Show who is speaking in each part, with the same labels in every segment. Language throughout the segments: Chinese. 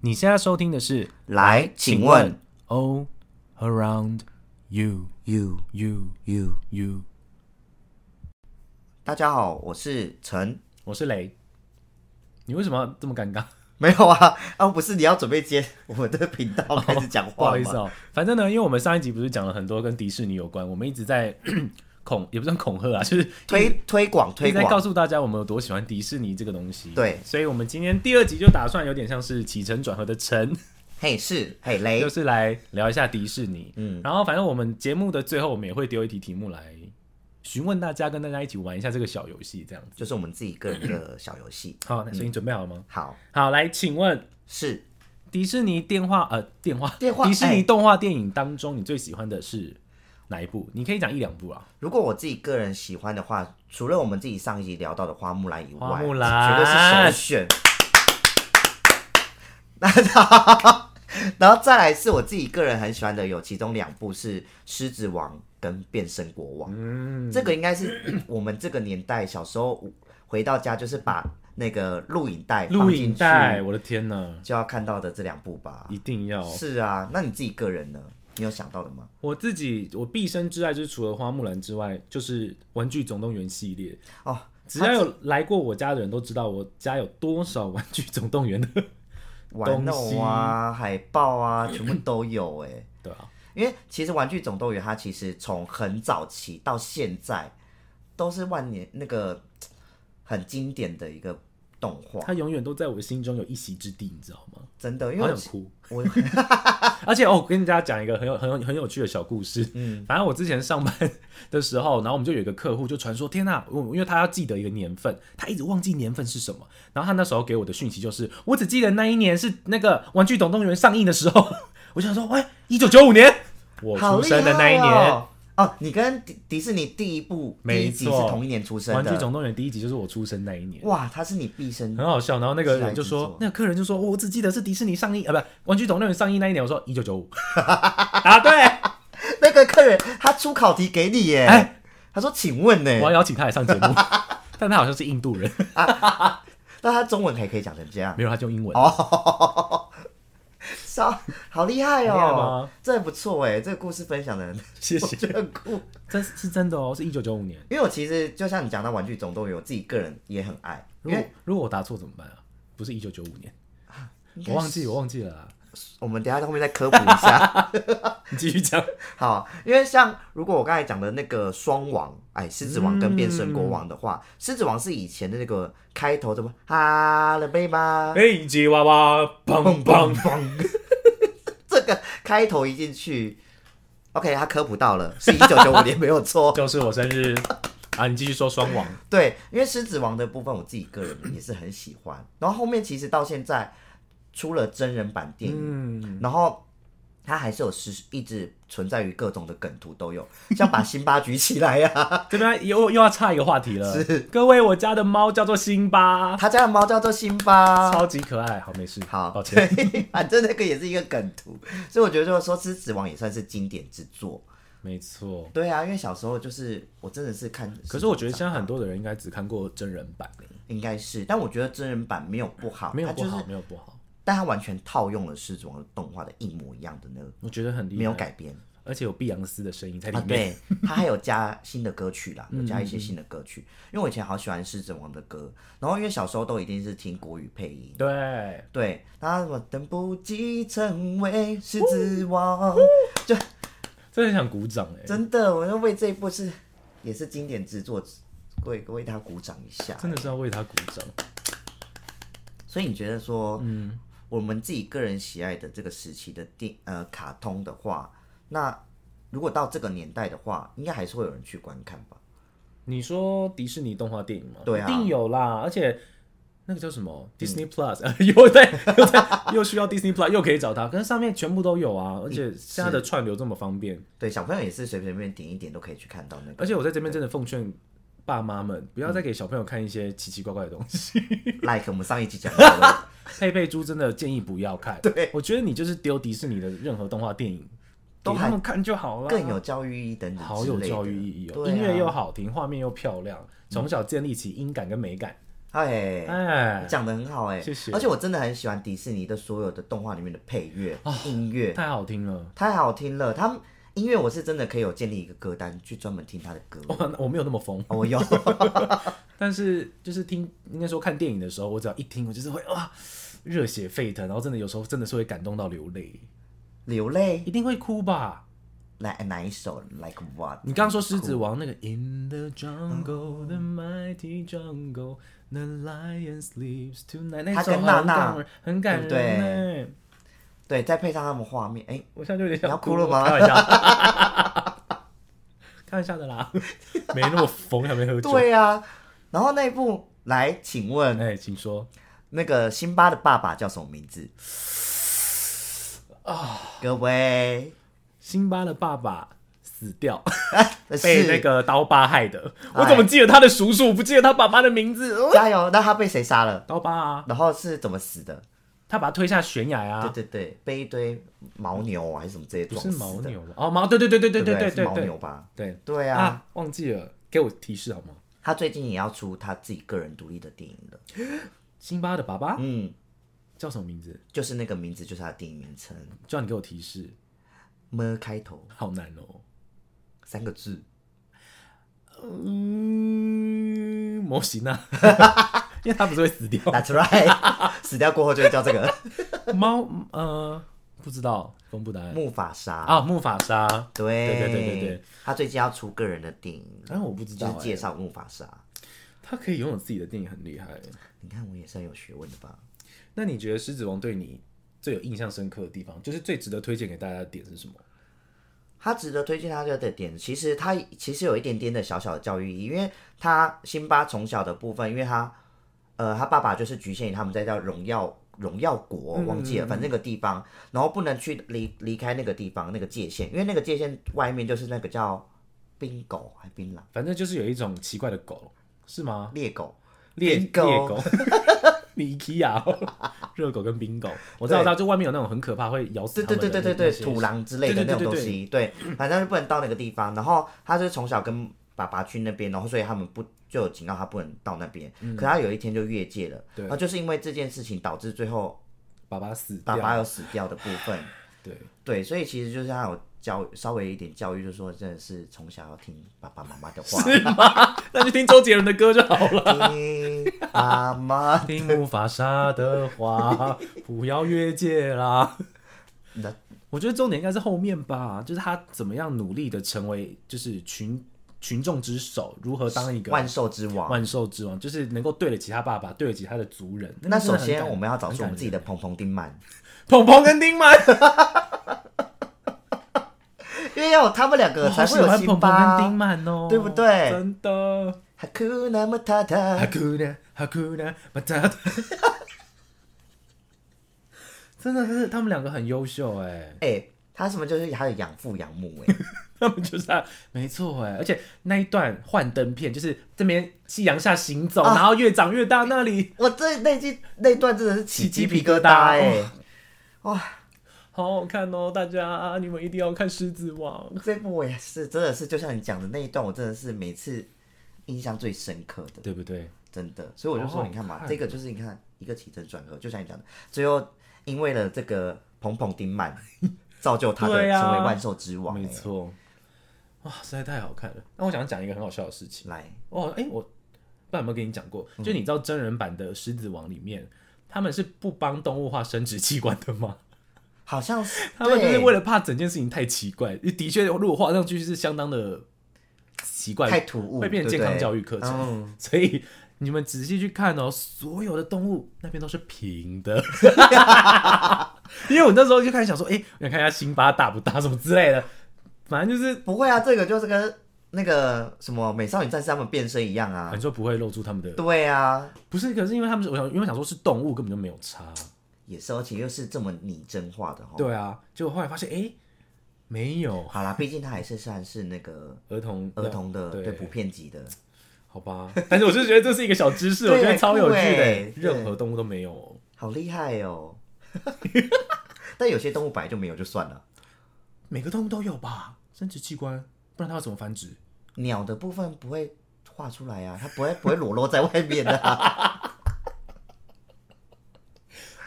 Speaker 1: 你现在收听的是，
Speaker 2: 来，请问
Speaker 1: All Around You
Speaker 2: you
Speaker 1: You
Speaker 2: you，
Speaker 1: You，
Speaker 2: 大家好，我是陈。
Speaker 1: 我是雷。你为什么要这么尴 尬？
Speaker 2: 没有啊，啊不是，你要准备接我们的频道开始讲话、
Speaker 1: 哦不好意思，哦，反正呢，因为我们上一集不是讲了很多跟迪士尼有关，我们一直在 恐也不算恐吓啊，就是
Speaker 2: 推推广
Speaker 1: 一
Speaker 2: 推
Speaker 1: 直在告
Speaker 2: 广，
Speaker 1: 诉大家我们有多喜欢迪士尼这个东西。
Speaker 2: 对
Speaker 1: 所以我们今天第二集就打算有点像是起承转合的承，
Speaker 2: 嘿是嘿雷
Speaker 1: 就，是来聊一下迪士尼。
Speaker 2: 哎嗯，
Speaker 1: 然后反正我们节目的最后，我们也会丢一题题目来询问大家，跟大家一起玩一下这个小游戏，这样子。
Speaker 2: 就是我们自己个人的小游戏。嗯
Speaker 1: 好，那所以你准备好了吗？
Speaker 2: 好，
Speaker 1: 好，来，请问
Speaker 2: 是
Speaker 1: 迪士尼电话呃电话
Speaker 2: 电话
Speaker 1: 迪士尼
Speaker 2: 哎
Speaker 1: 动画电影当中，你最喜欢的是哪一部？你可以讲一两部啊。
Speaker 2: 如果我自己个人喜欢的话，除了我们自己上一集聊到的花木兰以外，
Speaker 1: 花木兰
Speaker 2: 绝对是首选。 然后再来是我自己个人很喜欢的，有其中两部是《狮子王》跟《变身国王》。
Speaker 1: 嗯，
Speaker 2: 这个应该是我们这个年代小时候回到家就是把那个录影带
Speaker 1: 录
Speaker 2: 放进
Speaker 1: 影
Speaker 2: 去
Speaker 1: 带，哦我的天呐，
Speaker 2: 就要看到的这两部吧。
Speaker 1: 一定要！
Speaker 2: 是啊，那你自己个人呢？你有想到的吗？
Speaker 1: 我自己我毕生挚爱就是除了花木兰之外，就是《玩具总动员》系列。
Speaker 2: 哦，
Speaker 1: 只要有来过我家的人都知道，我家有多少《玩具总动员》的，
Speaker 2: 玩偶啊、海报啊，
Speaker 1: 嗯
Speaker 2: 全部都有哎、
Speaker 1: 对啊，
Speaker 2: 因为其实《玩具总动员》它其实从很早期到现在都是万年那个很经典的一个动画，
Speaker 1: 它永远都在我心中有一席之地，你知道吗？
Speaker 2: 真的。因
Speaker 1: 好
Speaker 2: 为
Speaker 1: 想哭。
Speaker 2: 我我
Speaker 1: 而且哦，我跟大家讲一个很有很有很有趣的小故事。嗯，反正我之前上班的时候，然后我们就有一个客户就传说，天呐、我因为他要记得一个年份，他一直忘记年份是什么。然后他那时候给我的讯息就是，我只记得那一年是那个《玩具总动员》上映的时候。 我就想说，喂，一九九五年，我
Speaker 2: 好
Speaker 1: 出
Speaker 2: 厉
Speaker 1: 生的那一年，
Speaker 2: 害哦。哦，你跟迪迪士尼第一部
Speaker 1: 没
Speaker 2: 第一集是
Speaker 1: 错
Speaker 2: 同一年出
Speaker 1: 《
Speaker 2: 生
Speaker 1: 玩具
Speaker 2: 的，
Speaker 1: 总动员》第一集就是我出生那一年。
Speaker 2: 哇，他是你毕生
Speaker 1: 很好笑，然后那个
Speaker 2: 是嗯来
Speaker 1: 人就
Speaker 2: 自
Speaker 1: 说
Speaker 2: 作，
Speaker 1: 那个客人就说，哦我只记得是迪士尼上映啊，不，《玩具总动员》上映那一年。我说一九九 五，
Speaker 2: 啊
Speaker 1: 答对，
Speaker 2: 那个客人，他出考题给你耶，
Speaker 1: 哎
Speaker 2: 他说请问呢
Speaker 1: 我，要邀请他来 上节目，但他好像是印度人，
Speaker 2: 那他中文还可以讲成这样，
Speaker 1: 没有，他就用英文。
Speaker 2: 哦，好，好厉害
Speaker 1: 很厉害
Speaker 2: 哦
Speaker 1: 吗，
Speaker 2: 这不错哎，这个故事分享的很，
Speaker 1: 谢
Speaker 2: 我觉
Speaker 1: 谢，
Speaker 2: 得很 酷。
Speaker 1: 真是是真的哦，是一九九五年。
Speaker 2: 因为我其实就像你讲到《玩具总动员》，我自己个人也很爱，因
Speaker 1: 如果
Speaker 2: 为
Speaker 1: 如果我答错怎么办啊？不是一九九五年，
Speaker 2: 应该
Speaker 1: 我忘记我忘记 了啊，
Speaker 2: 我们等一下在后面再科普一下。
Speaker 1: 你继续讲。
Speaker 2: 好，因为像如果我刚才讲的那个双王，哎，狮子王跟变身国王的
Speaker 1: 嗯
Speaker 2: 话，狮、子王是以前的那个开头怎么哈了贝吧，
Speaker 1: 哎，吉娃娃，砰砰砰，
Speaker 2: 这个开头一进去，OK，他科普到了，是一九九五 年没有错。
Speaker 1: 就是我生日啊！你继续说双 王，
Speaker 2: 对，因为狮子王的部分我自己个人也是很喜欢，然后后面其实到现在出了真人版电影，
Speaker 1: 嗯，
Speaker 2: 然后它还是有时一直存在于各种的梗图都有，像把辛巴举起来呀、啊
Speaker 1: 这边又又要岔一个话题了。各位，我家的猫叫做辛巴，
Speaker 2: 他家的猫叫做辛巴，
Speaker 1: 超级可爱。好，没事，
Speaker 2: 好，
Speaker 1: 抱歉。
Speaker 2: 对，反正那个也是一个梗图，所以我觉得就是说《狮子王》也算是经典之作。
Speaker 1: 没错，
Speaker 2: 对啊，因为小时候就是我真的是看，
Speaker 1: 可是我觉得现在很多的人应该只看过真人版，
Speaker 2: 应该是，但我觉得真人版没有不好，
Speaker 1: 没有
Speaker 2: 它
Speaker 1: 不
Speaker 2: 啊就是
Speaker 1: 好，，没有不好，
Speaker 2: 但它完全套用了《狮子王》的动画的一模一样的那个，
Speaker 1: 我觉得很厉害，
Speaker 2: 没有改编
Speaker 1: 而且有碧昂斯的声音在里
Speaker 2: 啊。
Speaker 1: 面。
Speaker 2: 对，它还有加新的歌曲 啦，有加一些新的歌曲，因为我以前好喜欢《狮子王》的歌，然后因为小时候都一定是听国语配音。
Speaker 1: 对，
Speaker 2: 对，那我等不及成为狮子王，
Speaker 1: 真的很想鼓掌哎、
Speaker 2: 真的，我要为这一部是也是经典之作，为为他鼓掌一下。
Speaker 1: 真的是要为他鼓掌。
Speaker 2: 所以你觉得说，嗯，我们自己个人喜爱的这个时期的电呃卡通的话，那如果到这个年代的话，应该还是会有人去观看吧？
Speaker 1: 你说迪士尼动画电影吗？
Speaker 2: 对啊嗯
Speaker 1: 一定有啦，而且。那个叫什么 Disney Plus，、又 在又在又需要 Disney Plus，又可以找他，可是上面全部都有啊，而
Speaker 2: 嗯
Speaker 1: 且现在的串流这么方便，
Speaker 2: 对，小朋友也是随随便便点一点都可以去看到那个
Speaker 1: 而且我在这边真的奉劝爸妈们，不要
Speaker 2: 嗯
Speaker 1: 再给小朋友看一些奇奇怪怪的东西。
Speaker 2: ，like 我们上一集讲 到的，
Speaker 1: 佩佩猪真的建议不要看，
Speaker 2: 对，
Speaker 1: 我觉得你就是丢迪士尼的任何动画电影，
Speaker 2: 都
Speaker 1: 给
Speaker 2: 还
Speaker 1: 他们看就好了，
Speaker 2: 更有教育意义等等
Speaker 1: 好
Speaker 2: 之
Speaker 1: 有
Speaker 2: 类的
Speaker 1: 教育意义哦，
Speaker 2: 对啊嗯
Speaker 1: 音乐又好听，画面又漂亮，从小建立起音感跟美感，
Speaker 2: 哎，
Speaker 1: 哎，
Speaker 2: 讲的很好哎、
Speaker 1: 谢谢
Speaker 2: 而且我真的很喜欢迪士尼的所有的动画里面的配乐、音乐，
Speaker 1: 啊太好听了。
Speaker 2: 太好听了。他们音乐我是真的可以有建立一个歌单去专门听他的歌。
Speaker 1: 我我没有那么疯，
Speaker 2: 哦，我有，
Speaker 1: 但是就是听应该说看电影的时候，我只要一听，我就是会哇热血沸腾，然后真的有时候真的是会感动到流泪，
Speaker 2: 流泪。
Speaker 1: 一定会哭吧？
Speaker 2: 来哪一首？Like what？
Speaker 1: 你刚刚说《狮子王》那个 In the jungle, the mighty jungle, the lion sleeps tonight，那首
Speaker 2: 他跟娜
Speaker 1: 很
Speaker 2: 娜
Speaker 1: 感人，很感
Speaker 2: 对
Speaker 1: 人
Speaker 2: 不
Speaker 1: 呢、
Speaker 2: 对对，再配上他们画面，哎、
Speaker 1: 我现在就有点
Speaker 2: 你要
Speaker 1: 想
Speaker 2: 哭了吗
Speaker 1: 开玩笑， 开玩笑的 啦，没那么疯，还没喝酒。
Speaker 2: 对呀、啊。然后那一部，来，请问、
Speaker 1: 哎，请说。
Speaker 2: 那个辛巴的爸爸叫什么名字？啊、各位，啊
Speaker 1: 辛巴的爸爸死掉，被
Speaker 2: 是
Speaker 1: 那个刀疤害的。
Speaker 2: 哎
Speaker 1: 我怎么记得他的叔叔，不记得他爸爸的名字？呃
Speaker 2: 加油！那他被谁杀了？
Speaker 1: 刀疤啊，
Speaker 2: 然后是怎么死的？
Speaker 1: 他把他推下悬崖啊，
Speaker 2: 对对对，被一堆牦牛啊还是什么这些
Speaker 1: 不
Speaker 2: 撞
Speaker 1: 是
Speaker 2: 死的？
Speaker 1: 牦牛吗？哦，牦，对对对对
Speaker 2: 对
Speaker 1: 对对
Speaker 2: 不
Speaker 1: 对
Speaker 2: 是
Speaker 1: 对
Speaker 2: 牦牛
Speaker 1: 对
Speaker 2: 吧？
Speaker 1: 对
Speaker 2: 对啊，
Speaker 1: 啊，忘记了，给我提示好吗？
Speaker 2: 他最近也要出他自己个人独立的电影了。
Speaker 1: 啊辛巴的爸爸
Speaker 2: 嗯，
Speaker 1: 叫什么名字？
Speaker 2: 就是那个名字，就是他的电影名称，
Speaker 1: 叫你给我提示，
Speaker 2: 么开头
Speaker 1: 好难哦。
Speaker 2: 三个字。
Speaker 1: 嗯，模型啊， 因为他不是会死掉。
Speaker 2: That's right，死 掉过后就会叫这个
Speaker 1: 猫，呃，不知道，公布答案
Speaker 2: 木法沙。
Speaker 1: 啊，木法沙。
Speaker 2: 对
Speaker 1: 对对对对对，
Speaker 2: 他最近要出个人的电影，
Speaker 1: 但我不知
Speaker 2: 就
Speaker 1: 道
Speaker 2: 是
Speaker 1: 欸
Speaker 2: 介绍木法沙。
Speaker 1: 他可以拥有自己的电影，很厉害。欸
Speaker 2: 你看我也是很有学问的吧？
Speaker 1: 那你觉得《狮子王》对你最有印象深刻的地方，就是最值得推荐给大家的点是什么？
Speaker 2: 他值得推荐他的点，其实他其实有一点点的小小的教育意义，因为他辛巴从小的部分，因为他呃他爸爸就是局限于他们在叫荣耀荣耀国，
Speaker 1: 嗯
Speaker 2: 忘记了，反正那个地方，然后不能去离离开那个地方那个界限，因为那个界限外面就是那个叫冰狗还槟榔
Speaker 1: 反正就是有一种奇怪的狗，是吗？
Speaker 2: 猎狗，
Speaker 1: 猎
Speaker 2: 冰
Speaker 1: 猎
Speaker 2: 狗
Speaker 1: 狗， 你 IKEA 哦热狗跟冰狗，我知道，
Speaker 2: 对
Speaker 1: 我知道，就外面有那种很可怕会咬死
Speaker 2: 对
Speaker 1: 他
Speaker 2: 对
Speaker 1: 们的
Speaker 2: 对对对
Speaker 1: 那
Speaker 2: 对，
Speaker 1: 些
Speaker 2: 土狼之类
Speaker 1: 对
Speaker 2: 的
Speaker 1: 对对
Speaker 2: 那种东
Speaker 1: 对对
Speaker 2: 西，对，反正就不能到那个地方。然后他就是从小跟爸爸去那边，然后所以他们不就有警告他不能到那边。可他有一天就越界了，
Speaker 1: 嗯对
Speaker 2: 然后就是因为这件事情导致最后
Speaker 1: 爸爸死
Speaker 2: 爸
Speaker 1: 掉，
Speaker 2: 爸有死掉的部分，
Speaker 1: 对，
Speaker 2: 对，所以其实就是他有教稍微一点教育，就说真的是从小要听爸爸妈妈的话，
Speaker 1: 是吗？那就听周杰伦的歌就好了。
Speaker 2: 听妈妈。
Speaker 1: 听木法沙的话，不要越界啦。
Speaker 2: 那
Speaker 1: 我觉得重点应该是后面吧，就是他怎么样努力的成为就是群群众之首，如何当一个
Speaker 2: 万兽之王。
Speaker 1: 万兽之王，就是能够对得起他爸爸，对得起他的族人。
Speaker 2: 那
Speaker 1: 真的
Speaker 2: 首
Speaker 1: 很
Speaker 2: 先
Speaker 1: 感
Speaker 2: 我们要找
Speaker 1: 很
Speaker 2: 出我们
Speaker 1: 感
Speaker 2: 自己
Speaker 1: 人
Speaker 2: 的蓬蓬丁满，
Speaker 1: 鹏鹏跟丁满，
Speaker 2: 因为要有他们两个
Speaker 1: 我好
Speaker 2: 才
Speaker 1: 哦喜
Speaker 2: 会有啊
Speaker 1: 欢
Speaker 2: 辛
Speaker 1: 鹏鹏
Speaker 2: 巴。
Speaker 1: 跟丁满哦，
Speaker 2: 对不对
Speaker 1: 真的。
Speaker 2: 哈库那么塔塔
Speaker 1: 哈，库呢，哈库呢，巴达。 真的是他们两个很优秀哎、
Speaker 2: 哎、他什么就是还有养父养母哎、
Speaker 1: 他们就是他，没错哎，而且那一段幻灯片就是这边夕阳下行走，然后越长越大，那里
Speaker 2: 我这那句那段真的是起
Speaker 1: 起
Speaker 2: 鸡
Speaker 1: 鸡
Speaker 2: 皮
Speaker 1: 皮
Speaker 2: 疙
Speaker 1: 疙
Speaker 2: 瘩
Speaker 1: 瘩
Speaker 2: 哎、
Speaker 1: 好好看哦，大家你们一定要看《狮子王》。
Speaker 2: 这部我也是真的是就像你讲的那一段，我真的是每次印象最深刻的，
Speaker 1: 对不对？
Speaker 2: 真的。所以我就
Speaker 1: 好
Speaker 2: 说，
Speaker 1: 好
Speaker 2: 你哦看嘛，
Speaker 1: 看
Speaker 2: 这个就是你看一个起承转合，就像你讲的，最后因为了这个蓬蓬丁 满，造就他的
Speaker 1: 对啊
Speaker 2: 成为万兽之王、
Speaker 1: 没
Speaker 2: 哎，
Speaker 1: 错，哇，实在太好看了。那我想讲一个很好笑的事情
Speaker 2: 来，
Speaker 1: 哦，哎，我不知道有没有跟你讲过，就你知道真人版的《狮子王》里面，他们是不帮动物画生殖器官的吗？
Speaker 2: 好像是
Speaker 1: 他们就是为
Speaker 2: 了
Speaker 1: 了怕整件事情太奇怪，的确，如果画上去是相当的奇怪，
Speaker 2: 太突兀，
Speaker 1: 会变成
Speaker 2: 对
Speaker 1: 健
Speaker 2: 不对
Speaker 1: 康教育课程。
Speaker 2: 嗯
Speaker 1: 所以你们仔细去看哦，所有的动物那边都是平的。 因为我那时候就开始想说，哎、我想看一下辛巴大不大什么之类的，反正就是
Speaker 2: 不会啊，这个就是跟那个什么美少女战士他们变身一样啊
Speaker 1: 反。正不会露出他们的。
Speaker 2: 对啊，
Speaker 1: 不是，可是因为他们是，我想，因为我想说是动物，根本就没有差。
Speaker 2: 也是，而且又是这么拟真化的哈。
Speaker 1: 对啊，结果后来发现，哎、没有
Speaker 2: 好啦，毕竟它还是算是那个
Speaker 1: 儿童
Speaker 2: 儿童的
Speaker 1: 对
Speaker 2: 对普遍级的，
Speaker 1: 好吧，但是我是觉得这是一个小知识，
Speaker 2: 对
Speaker 1: 我觉得超有趣
Speaker 2: 很酷
Speaker 1: 的
Speaker 2: 欸，
Speaker 1: 任何动物都没有哦。
Speaker 2: 好厉害哦。 但有些动物本来就没有就算了，
Speaker 1: 每个动物都有吧，生殖器官，不然它要怎么繁殖？
Speaker 2: 鸟的部分不会画出来啊，它不会不会裸露在外面的啊、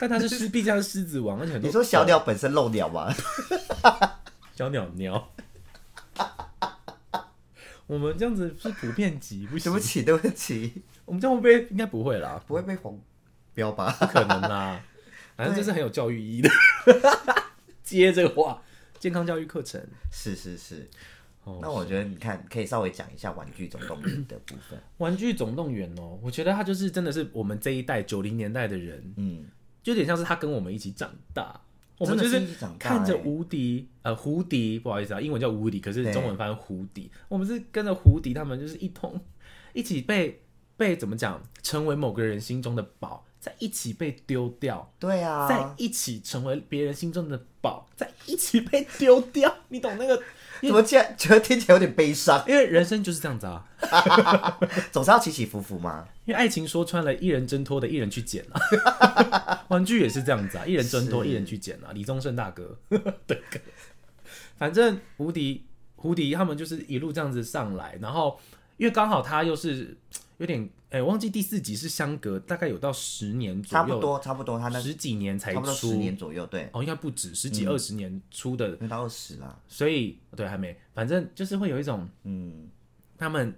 Speaker 1: 但它是 狮，毕竟它是狮子王，而且很多
Speaker 2: 你说小鸟本身漏鸟吗？
Speaker 1: 小鸟鸟。 我们这样子是普遍级，不
Speaker 2: 对
Speaker 1: 行
Speaker 2: 不。起，对不起，
Speaker 1: 我们这样会不会应该不会啦？
Speaker 2: 不会被黄标吧？
Speaker 1: 不可能 啦，反正这是很有教育意义的。 接这个话，健康教育课程。
Speaker 2: 是是是。
Speaker 1: 哦
Speaker 2: 那我觉得你看，可以稍微讲一下《玩具总动员》的部 分。
Speaker 1: 《玩具总动员》哦，我觉得它就是真的是我们这一代九零年代的人，
Speaker 2: 嗯，
Speaker 1: 就有点像是他跟我们一起长大，我
Speaker 2: 真
Speaker 1: 们就
Speaker 2: 的
Speaker 1: 是是
Speaker 2: 一起长大
Speaker 1: 看着
Speaker 2: 欸
Speaker 1: 无敌呃胡迪，不好意思啊，英文叫无敌，可是
Speaker 2: 对
Speaker 1: 中文翻胡迪，我们是跟着胡迪他们就是一同 一起被被怎么讲，成为某个人心中的宝，在一起被丢掉，
Speaker 2: 对
Speaker 1: 在
Speaker 2: 啊，
Speaker 1: 一起成为别人心中的宝，在一起被丢掉，你懂那 个？
Speaker 2: 怎么竟然觉得听起来有点悲伤？
Speaker 1: 因为人生就是这样子啊，
Speaker 2: 总是要起起伏伏嘛。
Speaker 1: 因为爱情说穿了，一人挣脱的，一人去捡啊。 玩具也是这样子啊，一人挣脱，
Speaker 2: 是
Speaker 1: 一人去捡啊。李宗盛大 哥对哥，反正胡迪胡迪他们就是一路这样子上来，然后因为刚好他又是有点哎、忘记第四集是相隔大概有到十年左
Speaker 2: 差
Speaker 1: 右，
Speaker 2: 不多，差不多，他那
Speaker 1: 十几年才
Speaker 2: 差不多十
Speaker 1: 出。
Speaker 2: 年嗯左右，对，
Speaker 1: 哦，应该不止十几二十年出的，
Speaker 2: 没到二十啦。
Speaker 1: 所以对还没，反正就是会有一种
Speaker 2: 嗯，
Speaker 1: 他们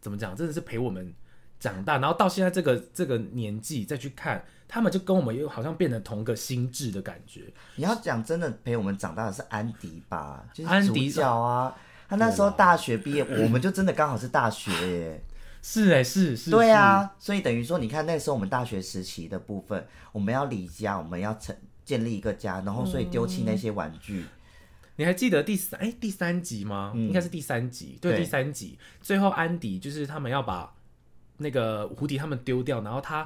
Speaker 1: 怎么讲，真的是陪我们长大，然后到现在这个这个年纪再去看，他们就跟我们又好像变得同个心智的感觉。
Speaker 2: 你要讲真的陪我们长大的是安迪吧？就
Speaker 1: 安
Speaker 2: 是主
Speaker 1: 迪哦
Speaker 2: 角啊。他那时候大学毕业，我们就真的刚好是大学耶。
Speaker 1: 是哎、是是，
Speaker 2: 对啊，所以等于说，你看那时候我们大学时期的部分，我们要离家，我们要成建立一个家，然后所以丢弃
Speaker 1: 嗯
Speaker 2: 那些玩具。
Speaker 1: 是，你还记得第三哎、第三集吗？应该是第三集，对
Speaker 2: 嗯对
Speaker 1: 第三集，最后安迪就是他们要把那个胡迪他们丢掉，然后他。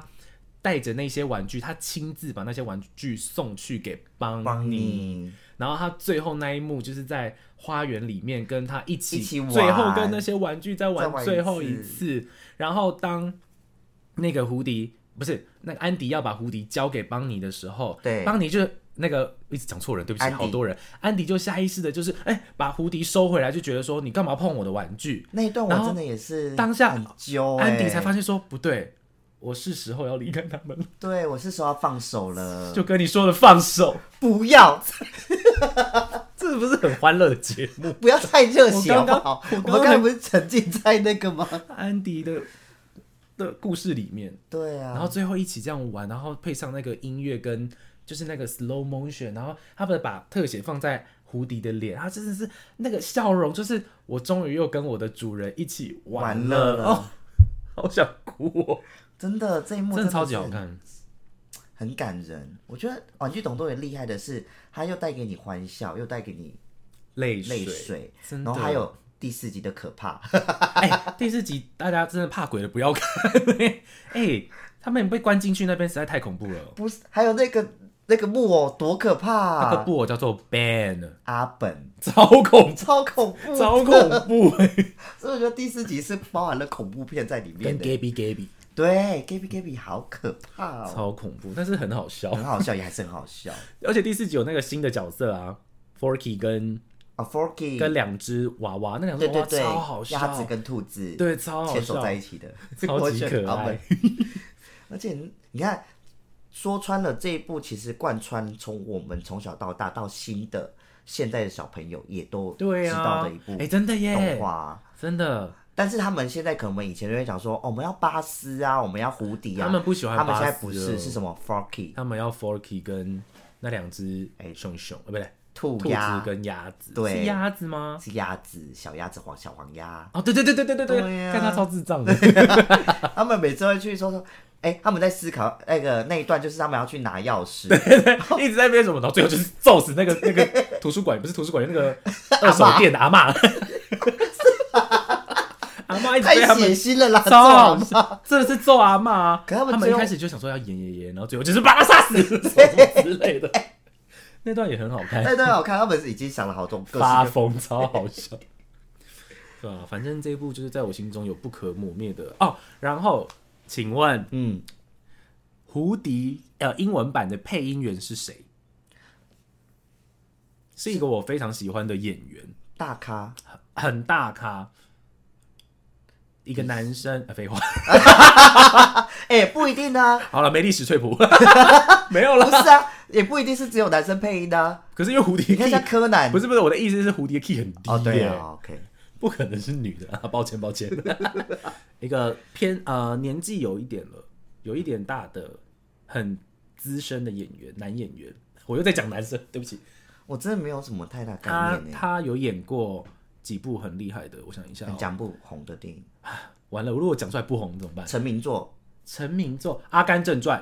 Speaker 1: 带着那些玩具，他亲自把那些玩具送去给邦尼，
Speaker 2: 帮你，
Speaker 1: 然后他最后那一幕就是在花园里面跟他一起，
Speaker 2: 一起玩
Speaker 1: 最后跟那些玩具再
Speaker 2: 再玩一次
Speaker 1: 最后一次。然后当那个胡迪不是那个安迪要把胡迪交给邦尼的时候，
Speaker 2: 对
Speaker 1: 邦尼就那个一直讲错人，对不起，
Speaker 2: 安迪
Speaker 1: 好多人。安迪就下意识的就是哎、把胡迪收回来，就觉得说你干嘛碰我的玩具？
Speaker 2: 那一段我
Speaker 1: 然后
Speaker 2: 真的也是
Speaker 1: 当下
Speaker 2: 很揪、欸，
Speaker 1: 安迪才发现说不对，我是时候要离开他们了，
Speaker 2: 对我是时候要放手了，
Speaker 1: 就跟你说的放手，
Speaker 2: 不要
Speaker 1: 这不是很欢乐的节目？
Speaker 2: 不要太热血好
Speaker 1: 我刚
Speaker 2: 不
Speaker 1: 刚
Speaker 2: 好？
Speaker 1: 我刚刚
Speaker 2: 我们刚才不是沉浸在那 个吗？
Speaker 1: 安迪的的故事里面。
Speaker 2: 对啊，
Speaker 1: 然后最后一起这样玩，然后配上那个音乐跟就是那个 slow motion，然后他们把特写放在胡迪的脸，他真的是那个笑容，就是我终于又跟我的主人一起玩
Speaker 2: 玩乐了
Speaker 1: 哦，好想哭哦，
Speaker 2: 真的这一幕
Speaker 1: 真的超级
Speaker 2: 是
Speaker 1: 好看，
Speaker 2: 很感人。我觉得《玩具总动员》厉害的是，它又带给你欢笑，又带给你
Speaker 1: 泪
Speaker 2: 泪
Speaker 1: 水，
Speaker 2: 水，
Speaker 1: 真的
Speaker 2: 然后还有第四集的可怕，
Speaker 1: 哎、第四集大家真的怕鬼的不要看，哎、他们被关进去那边实在太恐怖了，
Speaker 2: 不是还有那个那个木偶多可怕、
Speaker 1: 那个布偶叫做 ban，
Speaker 2: 阿本
Speaker 1: 超恐
Speaker 2: 超恐怖，
Speaker 1: 超恐怖、哎
Speaker 2: 所以我觉得第四集是包含了恐怖片在里
Speaker 1: 跟
Speaker 2: 面的。
Speaker 1: Gaby Gaby
Speaker 2: 对，Gaby Gaby 好可怕哦，
Speaker 1: 超恐怖，但是很好笑。
Speaker 2: 很好笑，也还是很好笑
Speaker 1: 而且第四集有那个新的角色啊，Forky 跟
Speaker 2: 啊。Forky
Speaker 1: 跟两只娃娃，那两只
Speaker 2: 对
Speaker 1: 娃
Speaker 2: 对
Speaker 1: 娃
Speaker 2: 对，
Speaker 1: 超好笑，
Speaker 2: 鸭子跟兔子
Speaker 1: 对超好
Speaker 2: 牵手
Speaker 1: 笑，
Speaker 2: 在一起的，
Speaker 1: 超级
Speaker 2: 我觉得
Speaker 1: 可
Speaker 2: 他们
Speaker 1: 爱。
Speaker 2: 而且你看，说穿了这一部其实贯穿从我们从小到大到新的现在的小朋友也都
Speaker 1: 对
Speaker 2: 知道
Speaker 1: 啊，
Speaker 2: 的一部
Speaker 1: 哎、真的耶
Speaker 2: 动，画啊。
Speaker 1: 真的，
Speaker 2: 但是他们现在可能我们以前就会讲说，哦，我们要巴斯啊，我们要胡迪啊。
Speaker 1: 他们不喜欢
Speaker 2: 他们
Speaker 1: 巴斯哦
Speaker 2: 现
Speaker 1: 了
Speaker 2: 在不是是什么 Forky
Speaker 1: 他们要 Forky 跟那两只
Speaker 2: 哎
Speaker 1: 熊熊，呃，不对，
Speaker 2: 兔
Speaker 1: 兔
Speaker 2: 鸭
Speaker 1: 子跟鸭子，
Speaker 2: 对
Speaker 1: 是鸭子吗？。
Speaker 2: 是鸭子，小鸭子黄小黄鸭
Speaker 1: 哦，对对对对对对
Speaker 2: 对啊
Speaker 1: 看他超智障的，
Speaker 2: 他们每次会去说说，哎、他们在思考那个那一段就是他们要去拿 钥匙，
Speaker 1: 一直在编什么，到最后就是揍死那个那个图书馆，不是图书馆，那个二手店的阿嬷， 阿嬷一直
Speaker 2: 太
Speaker 1: 被他们
Speaker 2: 血腥了啦，
Speaker 1: 超好
Speaker 2: 这种
Speaker 1: 笑，真的是揍阿妈啊！
Speaker 2: 可他们
Speaker 1: 一
Speaker 2: 最后
Speaker 1: 开始就想说要演演演，然后最后就是把他杀 死什么之类的，那段也很好看，
Speaker 2: 那段好啊看，他们已经想了好多各式
Speaker 1: 发
Speaker 2: 各
Speaker 1: 疯超好笑，对啊，反正这一部就是在我心中有不可磨灭的哦。然后，请问
Speaker 2: 嗯，
Speaker 1: 胡迪呃英文版的配音员是谁？是一个我非常喜欢的演员，
Speaker 2: 大咖
Speaker 1: 很 大咖，一个男生。呃废话，
Speaker 2: 哎、哎、不一定啊，
Speaker 1: 好了，没历史翠 普，没有了。
Speaker 2: 不是啊，也不一定是只有男生配音的、啊。
Speaker 1: 可是因为蝴蝶
Speaker 2: 你看像
Speaker 1: key
Speaker 2: 柯南，
Speaker 1: 不
Speaker 2: 是
Speaker 1: 是不是，我的意思是蝴蝶 key 很低、耶
Speaker 2: 哦，对啊，OK，
Speaker 1: 不可能是女的 啊！抱歉，抱 歉，一个偏呃年纪有一点了，有一点大的，很资深的演员，男演员，我又在讲男生，对不起，
Speaker 2: 我真的没有什么太大概
Speaker 1: 他
Speaker 2: 念呢、欸
Speaker 1: 他有演过几部很厉害的，我想一下、
Speaker 2: 很
Speaker 1: 哦，
Speaker 2: 讲不红的电影，
Speaker 1: 完了，如果我讲出来不红怎么办？
Speaker 2: 成名作。
Speaker 1: 成名作《阿甘正传》，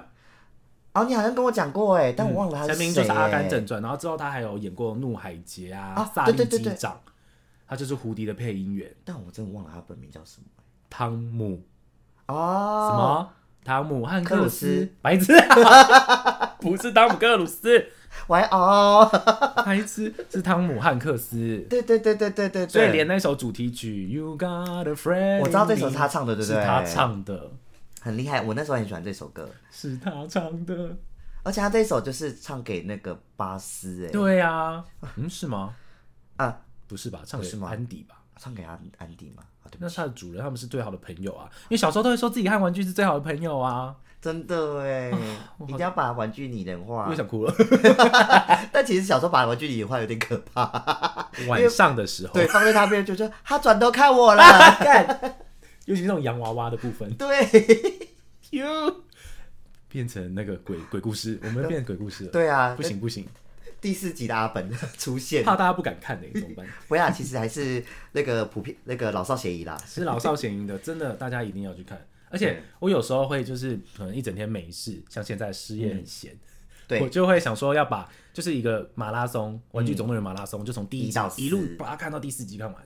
Speaker 2: 哦，你好像跟我讲过哎，但我忘了他是
Speaker 1: 成
Speaker 2: 谁、
Speaker 1: 名就是《阿甘正传》，然后之后他还有演过《怒海劫》啊，
Speaker 2: 啊
Speaker 1: 萨
Speaker 2: 对
Speaker 1: 利
Speaker 2: 对对
Speaker 1: 机
Speaker 2: 对
Speaker 1: 长》，他就是胡迪的配音员
Speaker 2: 但我真的忘了他本名叫什么。
Speaker 1: 汤姆。什
Speaker 2: 哦，
Speaker 1: 么？汤姆汉克
Speaker 2: 克鲁
Speaker 1: 斯
Speaker 2: 斯？
Speaker 1: 白痴， 不是汤姆克鲁斯，
Speaker 2: 喂哦，
Speaker 1: 白痴是汤姆汉克斯。
Speaker 2: 对对对对对对对，
Speaker 1: 所以连那首主题曲《You Got a Friend》，
Speaker 2: 我知道这首是他唱的对不对
Speaker 1: 是他唱的，
Speaker 2: 很厉害。我那时候很喜欢这首歌，
Speaker 1: 是他唱的。
Speaker 2: 而且他这一首就是唱给那个巴斯哎，
Speaker 1: 对啊，嗯，是吗？
Speaker 2: 啊，
Speaker 1: 不是吧？唱的
Speaker 2: 不
Speaker 1: 是
Speaker 2: 是吗
Speaker 1: 安迪吧？
Speaker 2: 唱给他安迪嘛，啊对不
Speaker 1: 那
Speaker 2: 起，
Speaker 1: 是他的主人，他们是最好的朋友啊。因为小时候都会说自己和玩具是最好的朋友啊。
Speaker 2: 真的 哎，一定要把玩具拟人化
Speaker 1: 我。想 哭了。
Speaker 2: 但其实小时候把玩具拟人化有点可怕，
Speaker 1: 晚上的时候，
Speaker 2: 对，放在他面前就说他转头看 我了，干，
Speaker 1: 尤其是那种洋娃娃的部分，
Speaker 2: 对
Speaker 1: You 变成那个鬼鬼故事，我们变成鬼故事了。
Speaker 2: 对啊，
Speaker 1: 不行不行，
Speaker 2: 第四集的阿本 出现，
Speaker 1: 怕大家不敢看呢、欸怎么办？
Speaker 2: 不要，其实还是那个普遍那个老少咸宜啦。
Speaker 1: 是老少咸宜的，真的大家一定要去看。而且我有时候会就是可能一整天没事，像现在失业很闲，
Speaker 2: 嗯对嗯
Speaker 1: 我就会想说要把就是一个马拉松《玩具总动员》马拉松，就从第一
Speaker 2: 一
Speaker 1: 集
Speaker 2: 到四
Speaker 1: 一路把它看到第四集看完，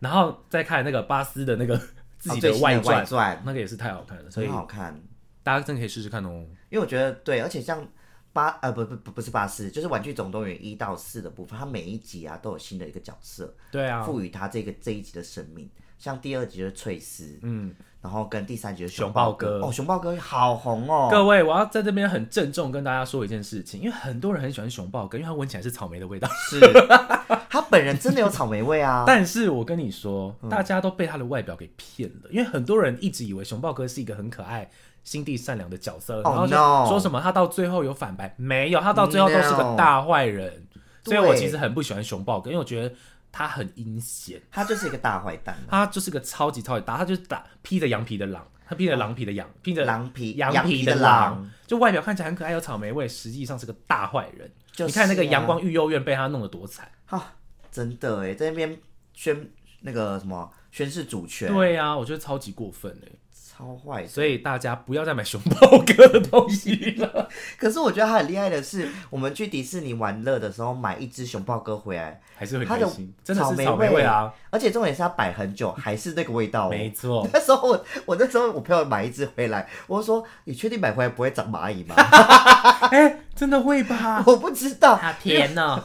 Speaker 1: 然后再看那个巴斯的那个自己
Speaker 2: 哦最新的
Speaker 1: 外
Speaker 2: 外传
Speaker 1: 那个也是太好看了，所以
Speaker 2: 很好看，
Speaker 1: 大家真的可以试试看哦。
Speaker 2: 因为我觉得对，而且像巴呃不不不不是巴斯，就是《玩具总动员》一到四的部分，它每一集啊都有新的一个角色，
Speaker 1: 对啊，
Speaker 2: 赋予它这个这一集的生命。像第二集就是翠丝，嗯，然后跟第三集就是
Speaker 1: 熊豹
Speaker 2: 豹
Speaker 1: 哥
Speaker 2: 哦，熊豹哥好红哦，
Speaker 1: 各位，我要在这边很郑重跟大家说一件事情，因为很多人很喜欢熊抱哥，因为它闻起来是草莓的味道。
Speaker 2: 是， 他本人真的有草莓味 啊，嗯
Speaker 1: 但是我跟你说，大家都被它的外表给骗了，因为很多人一直以为熊抱哥是一个很可爱、心地善良的角色，然后
Speaker 2: Oh, no
Speaker 1: 就说什么他到最后有反白，没有，他到最后都是个大坏人。所以我
Speaker 2: 对
Speaker 1: 其实很不喜欢熊抱哥，因为我觉得他很阴险，
Speaker 2: 他就是一个大坏蛋，
Speaker 1: 他
Speaker 2: 啊
Speaker 1: 就是个超级超级大，他就是打披着羊皮的狼，他披着狼皮的羊，披着
Speaker 2: 狼皮
Speaker 1: 羊
Speaker 2: 羊
Speaker 1: 皮
Speaker 2: 皮
Speaker 1: 的
Speaker 2: 的狼
Speaker 1: 狼，就外表看起来很可爱，有草莓味，实际上是个大坏人。
Speaker 2: 就是
Speaker 1: 你看那个
Speaker 2: 啊
Speaker 1: 阳光育幼院被他弄得多惨。
Speaker 2: 哈、真的哎，在那边宣那个什么宣誓主权，
Speaker 1: 对啊，我觉得超级过分哎、
Speaker 2: 超坏的。
Speaker 1: 所以大家不要再买熊抱哥的东西了。
Speaker 2: 可是我觉得他很厉害的是，我们去迪士尼玩乐的时候买一只熊豹哥回来，
Speaker 1: 还是会
Speaker 2: 它
Speaker 1: 开
Speaker 2: 的
Speaker 1: 心，真的是
Speaker 2: 莓
Speaker 1: 草莓味啊，，
Speaker 2: 而且重点是它摆很久，还是那个味道、哦。
Speaker 1: 没错。
Speaker 2: 那时候我我那时候我朋友买一只回来，我说你确定买回来不会长 蚂蚁吗？
Speaker 1: 哎、真的会吧？
Speaker 2: 我不知道，
Speaker 1: 好甜哦、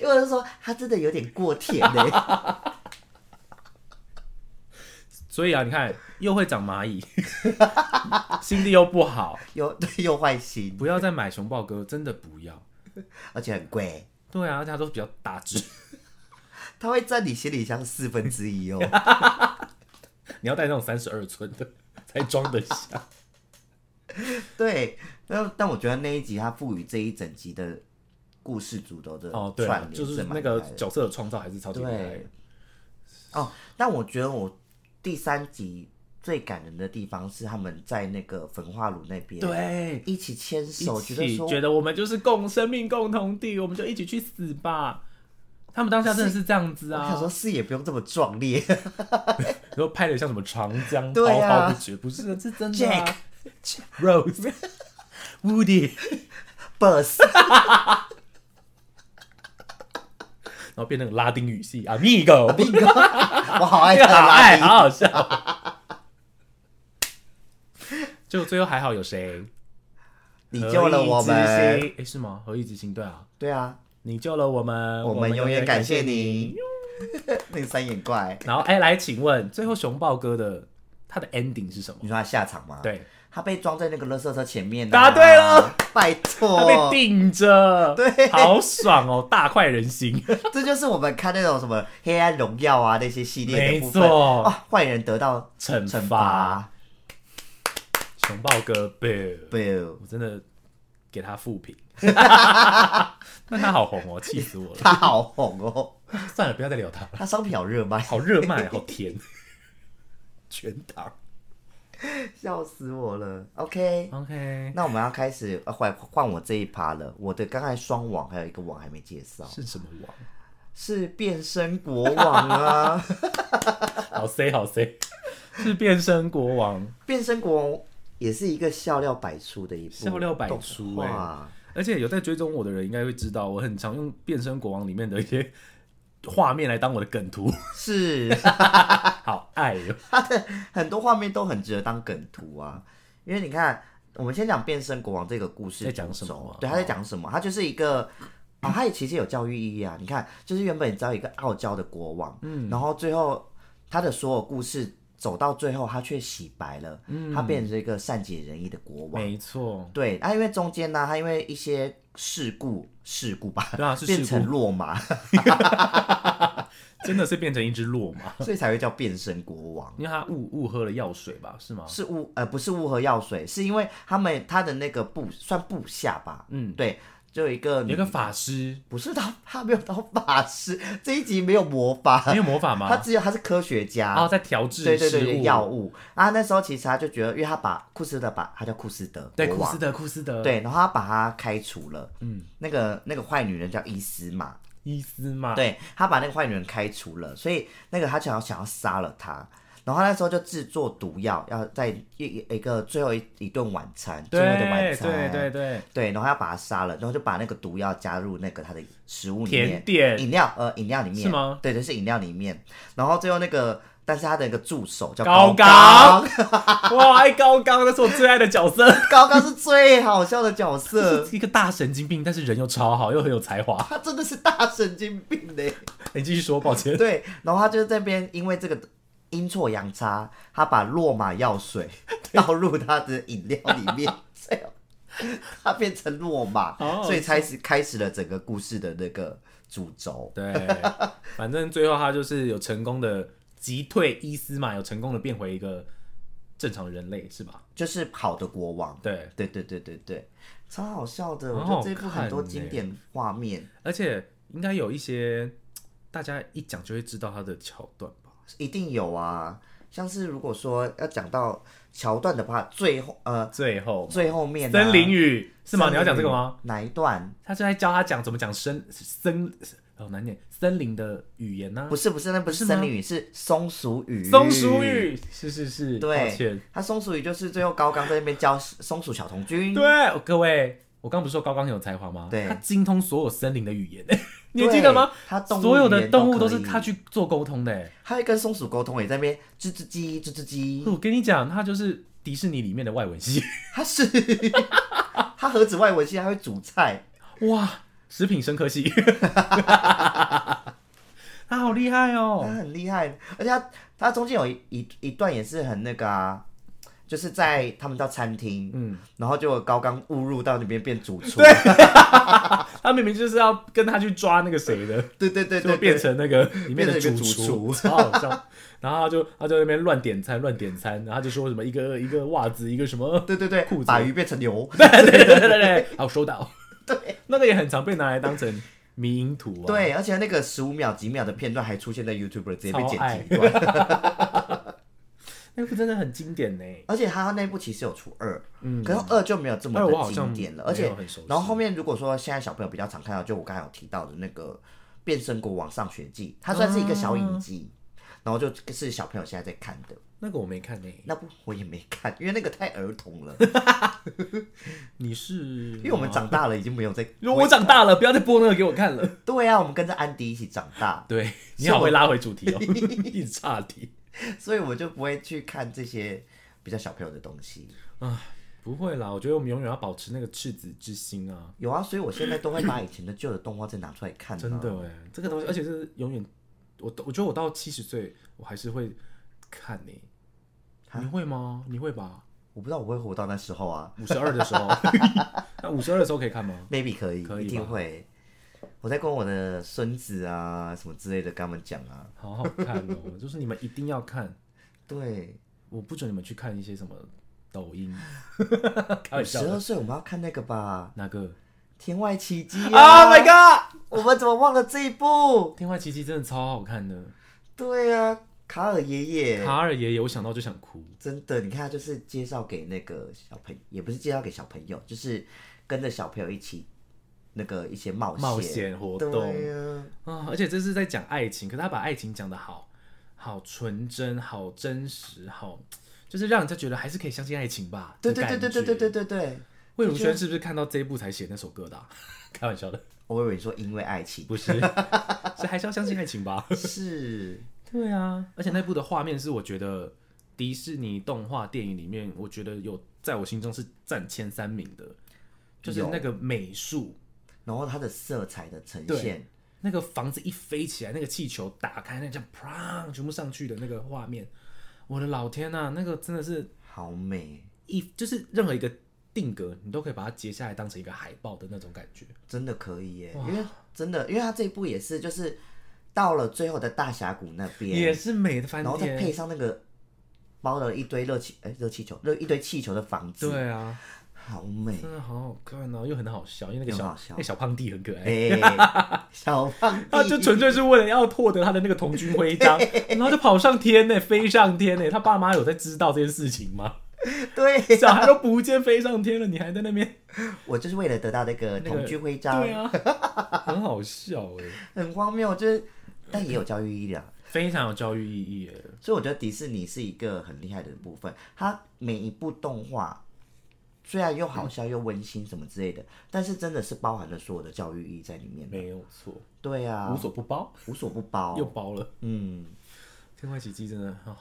Speaker 2: 因为我就说它真的有点过甜欸嘞、
Speaker 1: 所以啊，你看又会长蚂蚁， 心地又不好，
Speaker 2: 又对又坏心，
Speaker 1: 不要再买熊抱哥，真的不要。
Speaker 2: 而且很贵，
Speaker 1: 对啊，而且它都比较大只，
Speaker 2: 它会占你行李箱四分之一哦。
Speaker 1: 你要带那种三十二寸的才装得下。
Speaker 2: 对，但但我觉得那一集它赋予这一整集的故事主轴的
Speaker 1: 哦，对啊、
Speaker 2: 串联
Speaker 1: 就是
Speaker 2: 真蛮
Speaker 1: 那个
Speaker 2: 厉害的
Speaker 1: 角色的创造还是超级厉害的。
Speaker 2: 对，哦，但我觉得我第三集最感人的地方是他们在那个焚化炉那边，，
Speaker 1: 对，
Speaker 2: 一起牵手，
Speaker 1: 一
Speaker 2: 觉得
Speaker 1: 起
Speaker 2: 说
Speaker 1: 觉得我们就是共生命共同体，我们就一起去死吧。他们当下真的是这样子
Speaker 2: 我想
Speaker 1: 啊，
Speaker 2: 说是也不用这么壮烈，
Speaker 1: 然后拍的像什么长江滔
Speaker 2: 对啊
Speaker 1: 滔不绝，不 是，是真的、啊。Rose Woody，
Speaker 2: bus
Speaker 1: 然后变成拉丁语系啊，Migo，
Speaker 2: 宾哥，我好爱
Speaker 1: 哎呀，
Speaker 2: 他的 拉
Speaker 1: 哎，
Speaker 2: 丁
Speaker 1: 好好笑。 就最后还好有谁？
Speaker 2: 你救了我
Speaker 1: 何以
Speaker 2: 们，
Speaker 1: 之心，哎，是吗？何以之心，对啊，
Speaker 2: 对啊，
Speaker 1: 你救了我们，
Speaker 2: 我们永远感谢。你，那个三眼怪，
Speaker 1: 然后，哎，来，请问最后熊豹哥的他的 ending 是什么？
Speaker 2: 你说他下场吗？，
Speaker 1: 对，
Speaker 2: 他被装在那个垃圾车前面啊，
Speaker 1: 答对了
Speaker 2: 拜
Speaker 1: 他被
Speaker 2: 托，
Speaker 1: 顶着，
Speaker 2: 哦对
Speaker 1: 好爽哦，大快人心，
Speaker 2: 这就是我们看那种什么《黑暗荣耀》啊那些系列的哦
Speaker 1: 没
Speaker 2: 部分，
Speaker 1: 错，
Speaker 2: 哦，坏人得到
Speaker 1: 惩
Speaker 2: 惩
Speaker 1: 罚
Speaker 2: 罚。
Speaker 1: 熊抱哥贝尔，
Speaker 2: 贝尔
Speaker 1: 我真的给他负评。 那他好红哦，气死我了！
Speaker 2: 他好红哦，
Speaker 1: 算了，不要再聊他了，
Speaker 2: 他商品好热卖，
Speaker 1: 好热卖，好甜，全糖。
Speaker 2: 笑死我了。OK，
Speaker 1: OK，
Speaker 2: 那我们要开始呃换换我这一趴了。我的刚才双网还有一个网还没介绍，
Speaker 1: 是什么王？
Speaker 2: 是变身国王 啊！
Speaker 1: 好 C 好 C，是变身国王。
Speaker 2: 变身国王也是一个笑料百出的一部
Speaker 1: 笑料百出
Speaker 2: 动
Speaker 1: 欸
Speaker 2: 画
Speaker 1: 而且有在追踪我的人应该会知道，我很常用《变身国王》里面的一些画面来当我的梗图，
Speaker 2: 是
Speaker 1: 好爱哟、
Speaker 2: 很多画面都很值得当梗图啊。因为你看，我们先讲变身国王这个故事
Speaker 1: 在讲
Speaker 2: 主轴
Speaker 1: 什么啊
Speaker 2: 对，他在讲什么？他就是一个。啊，他也其实有教育意义啊！你看，就是原本你知道一个傲娇的国王，嗯，然后最后他的所有故事走到最后，他却洗白了，嗯，他变成一个善解人意的国王，
Speaker 1: 没错，
Speaker 2: 对，啊，因为中间呢、他因为一些事故，事故吧，
Speaker 1: 对啊是事故
Speaker 2: 变成落马，
Speaker 1: 真的是变成一只骆马，
Speaker 2: 所以才会叫变身国王。
Speaker 1: 因为他误误喝了药水吧，是吗？
Speaker 2: 是乌呃不是乌合药水，是因为他们他的那个部算部下吧，
Speaker 1: 嗯，
Speaker 2: 对，就有一个
Speaker 1: 有一个法师，
Speaker 2: 不是他他没有当法师，这一集没有魔法，
Speaker 1: 没有魔法
Speaker 2: 他
Speaker 1: 吗？
Speaker 2: 只有他是科学家，
Speaker 1: 然后在调制
Speaker 2: 对对对
Speaker 1: 食
Speaker 2: 对
Speaker 1: 物，
Speaker 2: 药物啊，那时候其实他就觉得，因为他把库斯德把他叫库斯德
Speaker 1: 对
Speaker 2: 国
Speaker 1: 库
Speaker 2: 王
Speaker 1: 斯德库斯德，，
Speaker 2: 对，然后他把他开除了，嗯，那个那个坏女人叫伊斯玛，
Speaker 1: 伊斯嘛，
Speaker 2: 对他把那个坏女人开除了，所以那个他想要想要杀了他，然后他那时候就制作毒药，要在一一个最后一一顿晚餐，最后的晚
Speaker 1: 对
Speaker 2: 餐，
Speaker 1: 对对对，
Speaker 2: 对然后要把他杀了，然后就把那个毒药加入那个他的食物里
Speaker 1: 甜
Speaker 2: 面，
Speaker 1: 点
Speaker 2: 饮料呃饮料里面
Speaker 1: 是吗？
Speaker 2: 对对是饮料里面，然后最后那个但是他的一个助手叫
Speaker 1: 高
Speaker 2: 高
Speaker 1: 岗，哇，爱高刚，那是我最爱的角色，
Speaker 2: 高岗是最好笑的 角色。
Speaker 1: 一个大神经病，但是人又超好，又很有才华。
Speaker 2: 他真的是大神经病欸嘞！
Speaker 1: 你继续说，抱 歉。
Speaker 2: 对，然后他就这边因为这个阴错阳差，他把洛马药水倒入他的饮料里 面，最后他变成洛马，
Speaker 1: 好好
Speaker 2: 所以开始开始了整个故事的那个主轴。
Speaker 1: 对，反正最后他就是有成功的击退伊斯嘛，有成功的变回一个正常人类，是吧？
Speaker 2: 就是好的国王，
Speaker 1: 对，
Speaker 2: 对对对对对，超好笑的，我
Speaker 1: 很
Speaker 2: 觉得
Speaker 1: 好
Speaker 2: 这一部很多
Speaker 1: 看
Speaker 2: 经
Speaker 1: 欸
Speaker 2: 典画面，
Speaker 1: 而且应该有一些大家一讲就会知道他的桥段吧？
Speaker 2: 一定有啊。像是如果说要讲到桥段的话，最后呃
Speaker 1: 最后
Speaker 2: 最后面、啊、
Speaker 1: 森林雨是吗？
Speaker 2: 森
Speaker 1: 你要讲
Speaker 2: 林
Speaker 1: 这个
Speaker 2: 语
Speaker 1: 吗？？
Speaker 2: 哪一段？
Speaker 1: 他就在教他讲怎么讲森森好难念森林的语言呢、
Speaker 2: 不是不是，那不是
Speaker 1: 是吗
Speaker 2: 森林语，是松鼠语。
Speaker 1: 松鼠，语是是是，
Speaker 2: 对
Speaker 1: 抱歉。
Speaker 2: 它松鼠语就是最后高刚在那边教松鼠小童军。
Speaker 1: 对，啊各位，我刚不是说高刚很有才华吗？
Speaker 2: 对
Speaker 1: 他精通所有森林的语言， 你
Speaker 2: 对，
Speaker 1: 还记得吗？
Speaker 2: 它动物
Speaker 1: 所有的动物都
Speaker 2: 都
Speaker 1: 是
Speaker 2: 可以
Speaker 1: 他，去做沟通的欸。
Speaker 2: 它会跟松鼠沟通，也在那边吱吱叽吱 吱叽。
Speaker 1: 我跟你讲，他就是迪士尼里面的外文 系。
Speaker 2: 它是它何止外文系，它会煮菜。
Speaker 1: 哇，食品生科 系，他好厉害
Speaker 2: 它
Speaker 1: 哦！
Speaker 2: 很厉害，而且它它中间有一一一段也是很那个啊，就是在他们到餐厅，嗯，然后就高刚误入到那边变主厨，
Speaker 1: 他明明就是要跟他去抓那个谁的，
Speaker 2: 对对对对
Speaker 1: 就
Speaker 2: 对，
Speaker 1: 变成那个里面的
Speaker 2: 变成一个
Speaker 1: 厨，
Speaker 2: 主
Speaker 1: 超好笑。然后他就他就在那边乱点餐，乱点餐，然后他就说什么一个一个袜子，一个什么，
Speaker 2: 对对对
Speaker 1: 裤，子
Speaker 2: 把鱼变成牛，
Speaker 1: 对对对对对对，好收到。对，那个也很常被拿来当成迷因图啊。
Speaker 2: 对，而且那个十五秒、几秒的片段还出现在 YouTube 直接被
Speaker 1: 超爱
Speaker 2: 剪辑断。
Speaker 1: 那部真的很经典呢。
Speaker 2: 而且他那部其实有出二，可是二就没有这么
Speaker 1: 二嗯哎我
Speaker 2: 的
Speaker 1: 好像
Speaker 2: 经典了。
Speaker 1: 没
Speaker 2: 而且
Speaker 1: 有很熟悉，
Speaker 2: 然后后面如果说现在小朋友比较常看到，就我刚才有提到的那个《变身国王上学记》，它算是一个小
Speaker 1: 啊
Speaker 2: 影集，然后就是小朋友现在在看的。
Speaker 1: 那个我没看呢。
Speaker 2: 那部我也没看，因为那个太儿 童了，
Speaker 1: 你是因
Speaker 2: 因为我们长大了已经没有在。
Speaker 1: 如果我长大了，不要再播那个给我看了。
Speaker 2: 对啊，我们跟着安迪一起长大，
Speaker 1: 对， 你好会拉回主题哦， 一直岔题。
Speaker 2: 所以我就不会去看这些比较小朋友的东西。
Speaker 1: 不会啦，我觉得我们永远要保持那个赤子之心啊！
Speaker 2: 有啊，所以我现在都会把以前的旧的动画再拿出来看、啊。
Speaker 1: 真的哎，这个东西，而且是永远，我我觉得我到七十岁，我还是会看你。你会吗？你会 吧？
Speaker 2: 我不知道我会活到那时候啊
Speaker 1: 五十二的时候，那五十二的时候可以看吗？
Speaker 2: ，maybe 可以，
Speaker 1: 可以吧
Speaker 2: 一定会。我在跟我的孙子啊什么之类的跟他们讲啊，
Speaker 1: 好好看哦，就是你们一定要看，
Speaker 2: 对，
Speaker 1: 我不准你们去看一些什么抖 音，开玩笑
Speaker 2: 十
Speaker 1: 的，
Speaker 2: 二岁我们要看那个吧，
Speaker 1: 那个
Speaker 2: 《天外奇迹》啊
Speaker 1: ？Oh my god！
Speaker 2: 我们怎么忘了这一部？
Speaker 1: 《天外奇迹》真的超好看的，
Speaker 2: 对啊，卡尔爷爷，
Speaker 1: 卡尔爷爷，我想到就想哭。
Speaker 2: 真的，你看他就是介绍给那个小朋也不是介绍给小朋友，就是跟着小朋友一起那个一些冒
Speaker 1: 冒险活动
Speaker 2: 对啊，
Speaker 1: 啊、而且这是在讲爱情，可是他把爱情讲的好好纯真、好真实、好，就是让人家觉得还是可以相信爱情吧。
Speaker 2: 对
Speaker 1: 的
Speaker 2: 对对对
Speaker 1: 感觉
Speaker 2: 对对对。对对。
Speaker 1: 魏如萱是不是看到这一部才写那首歌 的啊、开玩笑的，
Speaker 2: 我以为你说因为爱 情
Speaker 1: 不是，是还是要相信爱情吧？
Speaker 2: 是
Speaker 1: 对啊，而且那部的画面是我觉得迪士尼动画电影里面，我觉得有在我心中是占前三名的，就是
Speaker 2: 有
Speaker 1: 那个美术，
Speaker 2: 然后它的色彩的呈
Speaker 1: 对
Speaker 2: 现，
Speaker 1: 那个房子一飞起来，那个气球打开，那这样砰全部上去的那个画面，我的老天呐、啊那个真的是
Speaker 2: 好美，
Speaker 1: 一就是任何一个定格，你都可以把它截下来当成一个海报的那种感觉。
Speaker 2: 真的可以耶！因为真的，因为它这一部也是就是到了最后的大峡谷那边，
Speaker 1: 也是美的翻
Speaker 2: 然后再
Speaker 1: 天。
Speaker 2: 配上那个包了一堆热气哎热气球热一堆气球的房子，
Speaker 1: 对啊，
Speaker 2: 好美
Speaker 1: 真的好好看哦，又很好笑，因为那个
Speaker 2: 又很
Speaker 1: 小
Speaker 2: 好笑
Speaker 1: 那小胖弟很可爱。
Speaker 2: 哎、 小胖弟
Speaker 1: 他就纯粹是为了要获得他的那个童军徽 章，然后就跑上天呢、飞上天呢、他爸妈有在知道这件事情吗？
Speaker 2: 对，
Speaker 1: 小孩都不见飞上天了，你还在那边？
Speaker 2: 我就是为了得到那个
Speaker 1: 那个
Speaker 2: 同居徽章，
Speaker 1: 对啊，很好笑哎、
Speaker 2: 很荒谬，就是但也有教育意义啊。
Speaker 1: 非常有教育意义哎、
Speaker 2: 所以我觉得迪士尼是一个很厉害的部分，它每一部动画虽然又好笑又温馨什么之类的，但是真的是包含了所有的教育意义在里面。
Speaker 1: 没有错，
Speaker 2: 对啊，
Speaker 1: 无所不包，
Speaker 2: 无所不包
Speaker 1: 又。包了。
Speaker 2: 嗯，
Speaker 1: 天外奇迹真的啊。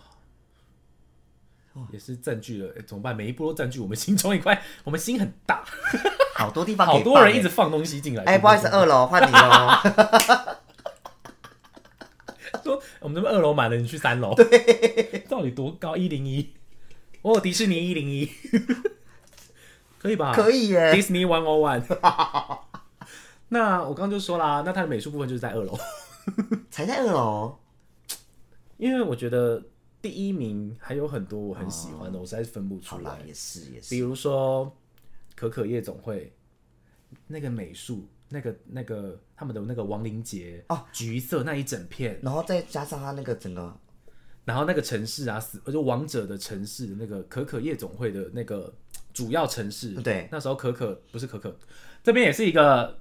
Speaker 2: 哦
Speaker 1: 也是占据了、哎怎么办？每一波都占据我们心中一块，我们心很大，
Speaker 2: 好多地方可以
Speaker 1: 好多
Speaker 2: 放
Speaker 1: 人
Speaker 2: 欸
Speaker 1: 一直放东西进来。
Speaker 2: 哎、不好意思，二楼换你 喽。
Speaker 1: 说我们这边二楼满了，你去三楼，到底多高？一零一，哦，迪士尼一零一，可以吧？
Speaker 2: 可 以耶，
Speaker 1: Disney One O One。那我刚刚就说啦，那它的美术部分就是在二楼，
Speaker 2: 才在二楼。
Speaker 1: 因为我觉得第一名还有很多我很喜欢的，我实在是分不
Speaker 2: 哦好
Speaker 1: 出
Speaker 2: 啦
Speaker 1: 来，。
Speaker 2: 也是也是
Speaker 1: 比。如说可可夜总会那个美术，那个那个他们的那个亡灵节
Speaker 2: 哦，
Speaker 1: 橘色那一整片，
Speaker 2: 然后再加上他那个整个，
Speaker 1: 然后那个城市啊，死就王者的城市的那个可可夜总会的那个主要城市，
Speaker 2: 对
Speaker 1: 那时候可可不是可可，这边也是一个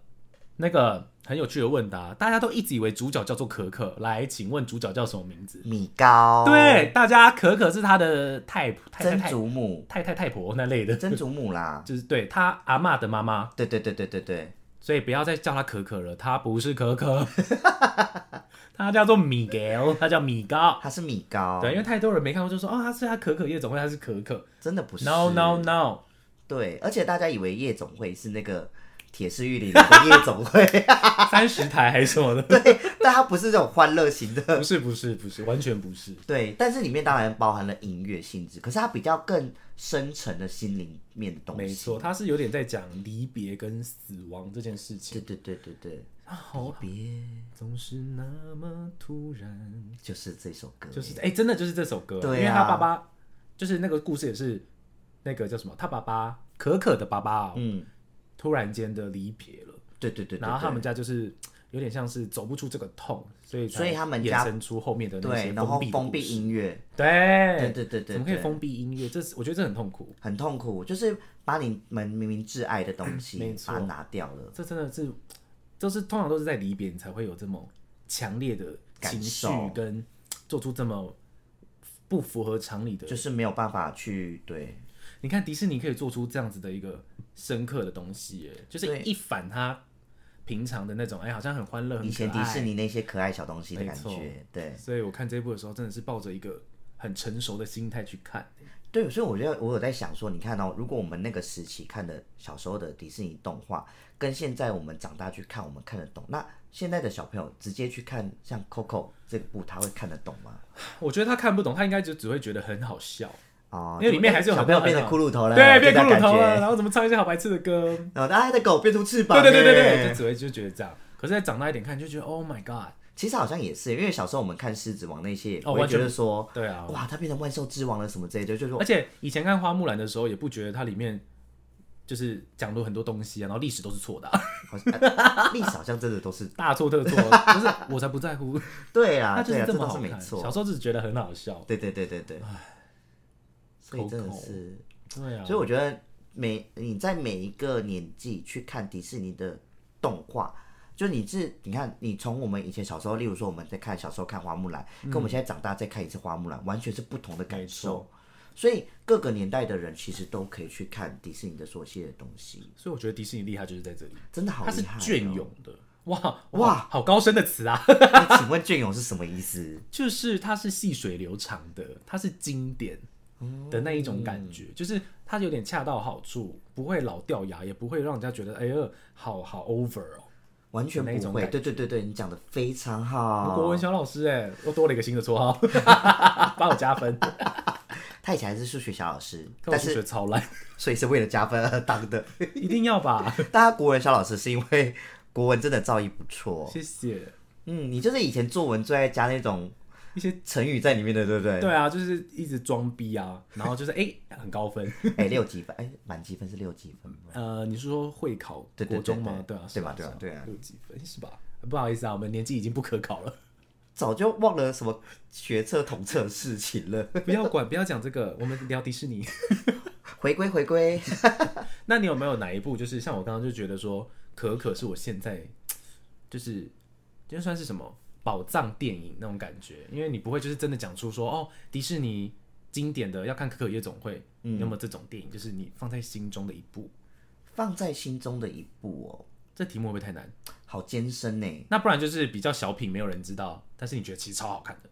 Speaker 1: 那个很有趣的问答，大家都一直以为主角叫做可可，来，请问主角叫什么名字？
Speaker 2: 米糕，，
Speaker 1: 对，大家可可是他的太太太
Speaker 2: 哦曾
Speaker 1: 太
Speaker 2: 祖母，
Speaker 1: 太太太婆那类的，
Speaker 2: 曾祖母啦，
Speaker 1: 就是对他阿嬷的妈妈，
Speaker 2: 对对对对对对，
Speaker 1: 所以不要再叫他可可了，他不是可 可，他叫做米高，他叫米高。
Speaker 2: 她是米糕，
Speaker 1: 对，因为太多人没看过，就说哦，他是他可可夜总会，他是可可。
Speaker 2: 真的不是
Speaker 1: No no no，
Speaker 2: 对，而且大家以为夜总会是那个铁狮玉林的夜 总会，
Speaker 1: 三十台还是什么的？
Speaker 2: 但它不是这种欢乐型的。
Speaker 1: 不是不是不 是，完全不是。
Speaker 2: 对，但是里面当然包含了音乐性质，可是它比较更深沉的心灵面的东西。
Speaker 1: 没错，，他是有点在讲离别跟死亡这件事
Speaker 2: 对
Speaker 1: 情。
Speaker 2: 对对对对，
Speaker 1: 啊，好，
Speaker 2: 别
Speaker 1: 总是那么突然，
Speaker 2: 就是这首歌，
Speaker 1: 就是哎、真的就是这首歌，
Speaker 2: 对啊
Speaker 1: 因为他爸爸就是那个故事也是那个叫什么，他爸爸可可的爸爸、哦、
Speaker 2: 嗯，
Speaker 1: 突然间的离别了，
Speaker 2: 对对对对对，
Speaker 1: 然后他们家就是。有点像是走不出这个痛，所以才
Speaker 2: 所以他们
Speaker 1: 衍
Speaker 2: 家
Speaker 1: 生出后面的那
Speaker 2: 对，
Speaker 1: 些
Speaker 2: 然后
Speaker 1: 闭的
Speaker 2: 封
Speaker 1: 故
Speaker 2: 闭
Speaker 1: 事
Speaker 2: 音乐，
Speaker 1: 对
Speaker 2: 对对对对
Speaker 1: 怎么可以
Speaker 2: 对
Speaker 1: 封闭音乐？这是我觉得这很痛苦，
Speaker 2: 很痛苦，就是把你们明明挚爱的东西
Speaker 1: 嗯没错
Speaker 2: 把它拿掉了，
Speaker 1: 这真的是都是通常都是在离别你才会有这么强烈的情绪
Speaker 2: 感受
Speaker 1: 跟做出这么不符合常理的。
Speaker 2: 就是没有办法去对，
Speaker 1: 你看迪士尼可以做出这样子的一个深刻的东西耶，就是
Speaker 2: 对
Speaker 1: 一反他平常的那种，哎，好像很欢乐、很
Speaker 2: 以前
Speaker 1: 可
Speaker 2: 迪士
Speaker 1: 爱。
Speaker 2: 尼那些可爱小东西的
Speaker 1: 没
Speaker 2: 感
Speaker 1: 错
Speaker 2: 觉，对。
Speaker 1: 所以我看这一部的时候，真的是抱着一个很成熟的心态去看。
Speaker 2: 对，所以我觉得我有在想说，你看哦，如果我们那个时期看的小时候的迪士尼动画，跟现在我们长大去看，我们看得懂。那现在的小朋友直接去看像 Coco 这部，他会看得懂吗？
Speaker 1: 我觉得他看不懂，他应该就只会觉得很好笑，
Speaker 2: 哦，
Speaker 1: 因为里面
Speaker 2: 就
Speaker 1: 还是有
Speaker 2: 小
Speaker 1: 很
Speaker 2: 朋
Speaker 1: 多
Speaker 2: 友变成
Speaker 1: 很好
Speaker 2: 骷髅头了，
Speaker 1: 对，变
Speaker 2: 这
Speaker 1: 骷
Speaker 2: 种
Speaker 1: 髅头了，
Speaker 2: 感觉哦啊
Speaker 1: 然后怎么唱一些好白痴的歌，
Speaker 2: 然后他的狗变出翅膀，
Speaker 1: 对对对对
Speaker 2: 哎
Speaker 1: 对，就只会就觉得这样。可是再长大一点看，就觉得 Oh my God，
Speaker 2: 其实好像也是，因为小时候我们看《狮子王》那些，
Speaker 1: 哦
Speaker 2: 我也
Speaker 1: 完全
Speaker 2: 觉得说，
Speaker 1: 对啊，
Speaker 2: 哇，他变成万兽之王了什么之类的，就就
Speaker 1: 而
Speaker 2: 说
Speaker 1: 且以前看花木兰的时候，也不觉得它里面就是讲了很多东西啊，然后历史都是错的啊、
Speaker 2: 好像啊历史好像真的都是
Speaker 1: 大错特错，就是我才不在乎，
Speaker 2: 对
Speaker 1: 它
Speaker 2: 啊，
Speaker 1: 就
Speaker 2: 对
Speaker 1: 是
Speaker 2: 啊，这
Speaker 1: 么
Speaker 2: 倒
Speaker 1: 好
Speaker 2: 是
Speaker 1: 看。
Speaker 2: 没错
Speaker 1: 小，时候只是觉得很好笑，
Speaker 2: 对对对对对，所以真的
Speaker 1: 口口
Speaker 2: 是，
Speaker 1: 对啊，
Speaker 2: 所以我觉得每你在每一个年纪去看迪士尼的动画，就你是你看你从我们以前小时候，例如说我们在看小时候看花木兰，跟我
Speaker 1: 嗯
Speaker 2: 们现在长大再看一次花木兰，完全是不同的感受。所以各个年代的人其实都可以去看迪士尼的所写的东西，
Speaker 1: 所以我觉得迪士尼厉害就是在这里，
Speaker 2: 真的好
Speaker 1: 它是
Speaker 2: 厉害、哦。
Speaker 1: 隽永的。哇
Speaker 2: 哇
Speaker 1: 哇，好高深的词啊！
Speaker 2: 哎，请问隽永是什么意思？
Speaker 1: 就是它是细水流长的，它是经典的那一种感
Speaker 2: 嗯
Speaker 1: 觉，就是它有点恰到好处，不会老掉牙，也不会让人家觉得哎呀好好 over 哦。
Speaker 2: 完全
Speaker 1: 那一种
Speaker 2: 不
Speaker 1: 感觉
Speaker 2: 会，对对对对，你讲的非常
Speaker 1: 国
Speaker 2: 好
Speaker 1: 文。小老师哎、又多了一个新的绰 号，帮我加分。
Speaker 2: 他以前还是数学小老师，
Speaker 1: 看我
Speaker 2: 但
Speaker 1: 数
Speaker 2: 是
Speaker 1: 学超 烂，
Speaker 2: 所以是为了加分而当的。
Speaker 1: 一定要吧？
Speaker 2: 大家国文小老师是因为国文真的造诣不错。
Speaker 1: 谢谢。
Speaker 2: 嗯，你就是以前作文最爱加那种
Speaker 1: 一些
Speaker 2: 成语在里面的，对不对？
Speaker 1: 对啊，就是一直装逼啊，然后就是哎、很高分。
Speaker 2: 哎、六几分？哎、满积分是六几分？
Speaker 1: 呃，你是说会考
Speaker 2: 对对
Speaker 1: 国中吗？
Speaker 2: 对对
Speaker 1: 啊，
Speaker 2: 对
Speaker 1: 是吧？
Speaker 2: 对吧
Speaker 1: 是吧
Speaker 2: 对啊
Speaker 1: 六几分是吧？不好意思啊，我们年纪已经不可考了，
Speaker 2: 早就忘了什么学测统测事情了。
Speaker 1: 不要管，不要讲这个，我们聊迪士尼。
Speaker 2: 回归回归，
Speaker 1: 那你有没有哪一部就是像我刚刚就觉得说可可是我现在就是就算是什么宝藏电影那种感觉？因为你不会就是真的讲出说哦，迪士尼经典的要看可可夜总会，嗯、有没有这种电影？就是你放在心中的一部，
Speaker 2: 放在心中的一步
Speaker 1: 这题目会不会太难？
Speaker 2: 哦，好艰深呢、
Speaker 1: 那不然就是比较小品，没有人知道，但是你觉得其实超好看的。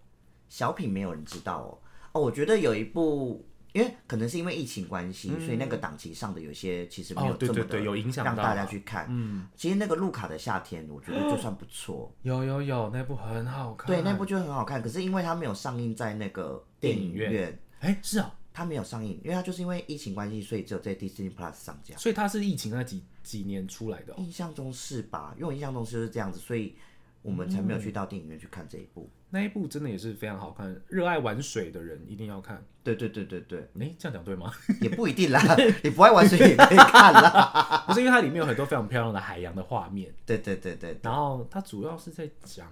Speaker 2: 小品没有人知道哦。哦，我觉得有一部，因为可能是因为疫情关系，所以那个档期上的有些其实没有
Speaker 1: 嗯哦对
Speaker 2: 这么的、
Speaker 1: 对对有影响
Speaker 2: 让
Speaker 1: 到
Speaker 2: 大
Speaker 1: 啊
Speaker 2: 家去看。嗯，其实那个《路卡的夏天》，我觉得就算不错。
Speaker 1: 有有有，那部很好嗯看。
Speaker 2: 对，那部就很好看。可是因为它没有上映在那个
Speaker 1: 电
Speaker 2: 电
Speaker 1: 影
Speaker 2: 影
Speaker 1: 院
Speaker 2: 院，
Speaker 1: 哎、是啊，
Speaker 2: 它没有上映，因为它就是因为疫情关系，所以只有在 Disney Plus 上架。
Speaker 1: 所以它是疫情那几几年出来的哦、
Speaker 2: 印象中是吧？因为我印象中就是这样子，所以我们才没有
Speaker 1: 嗯
Speaker 2: 去到电影院去看这一部。
Speaker 1: 那一部真的也是非常好看。热爱玩水的人一定要看。
Speaker 2: 对对对对对，
Speaker 1: 哎、这样讲对吗？
Speaker 2: 也不一定啦， 你不爱玩水也可以看啦。
Speaker 1: 不是，因为它里面有很多非常漂亮的海洋的画 面，
Speaker 2: 对对对对
Speaker 1: 然后它主要是在讲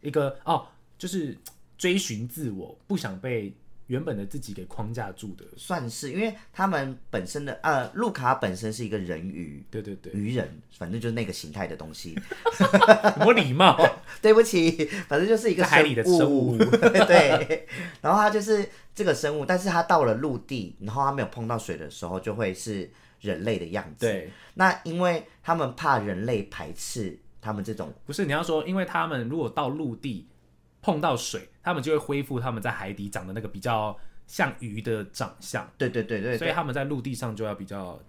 Speaker 1: 一个哦，就是追寻自我，不想被原本的自己给框架住的。
Speaker 2: 算是，因为他们本身的呃，路卡本身是一个人鱼
Speaker 1: 对对 对，
Speaker 2: 鱼人，反正就是那个形态的东西。
Speaker 1: 我礼貌。
Speaker 2: 对不起，反正就是一个
Speaker 1: 在海里的生物
Speaker 2: 物。 对，然后它就是这个生物，但是它到了陆地，然后它没有碰到水的时候，就会是人类的样子。
Speaker 1: 对，
Speaker 2: 那因为他们怕人类排斥他们这种，
Speaker 1: 不是你要说，因为他们如果到陆地碰到水，他们就会恢复他们在海底长的那个比较像鱼的长相，
Speaker 2: 对对对对
Speaker 1: 所以
Speaker 2: 对
Speaker 1: 他们在陆地上就要比较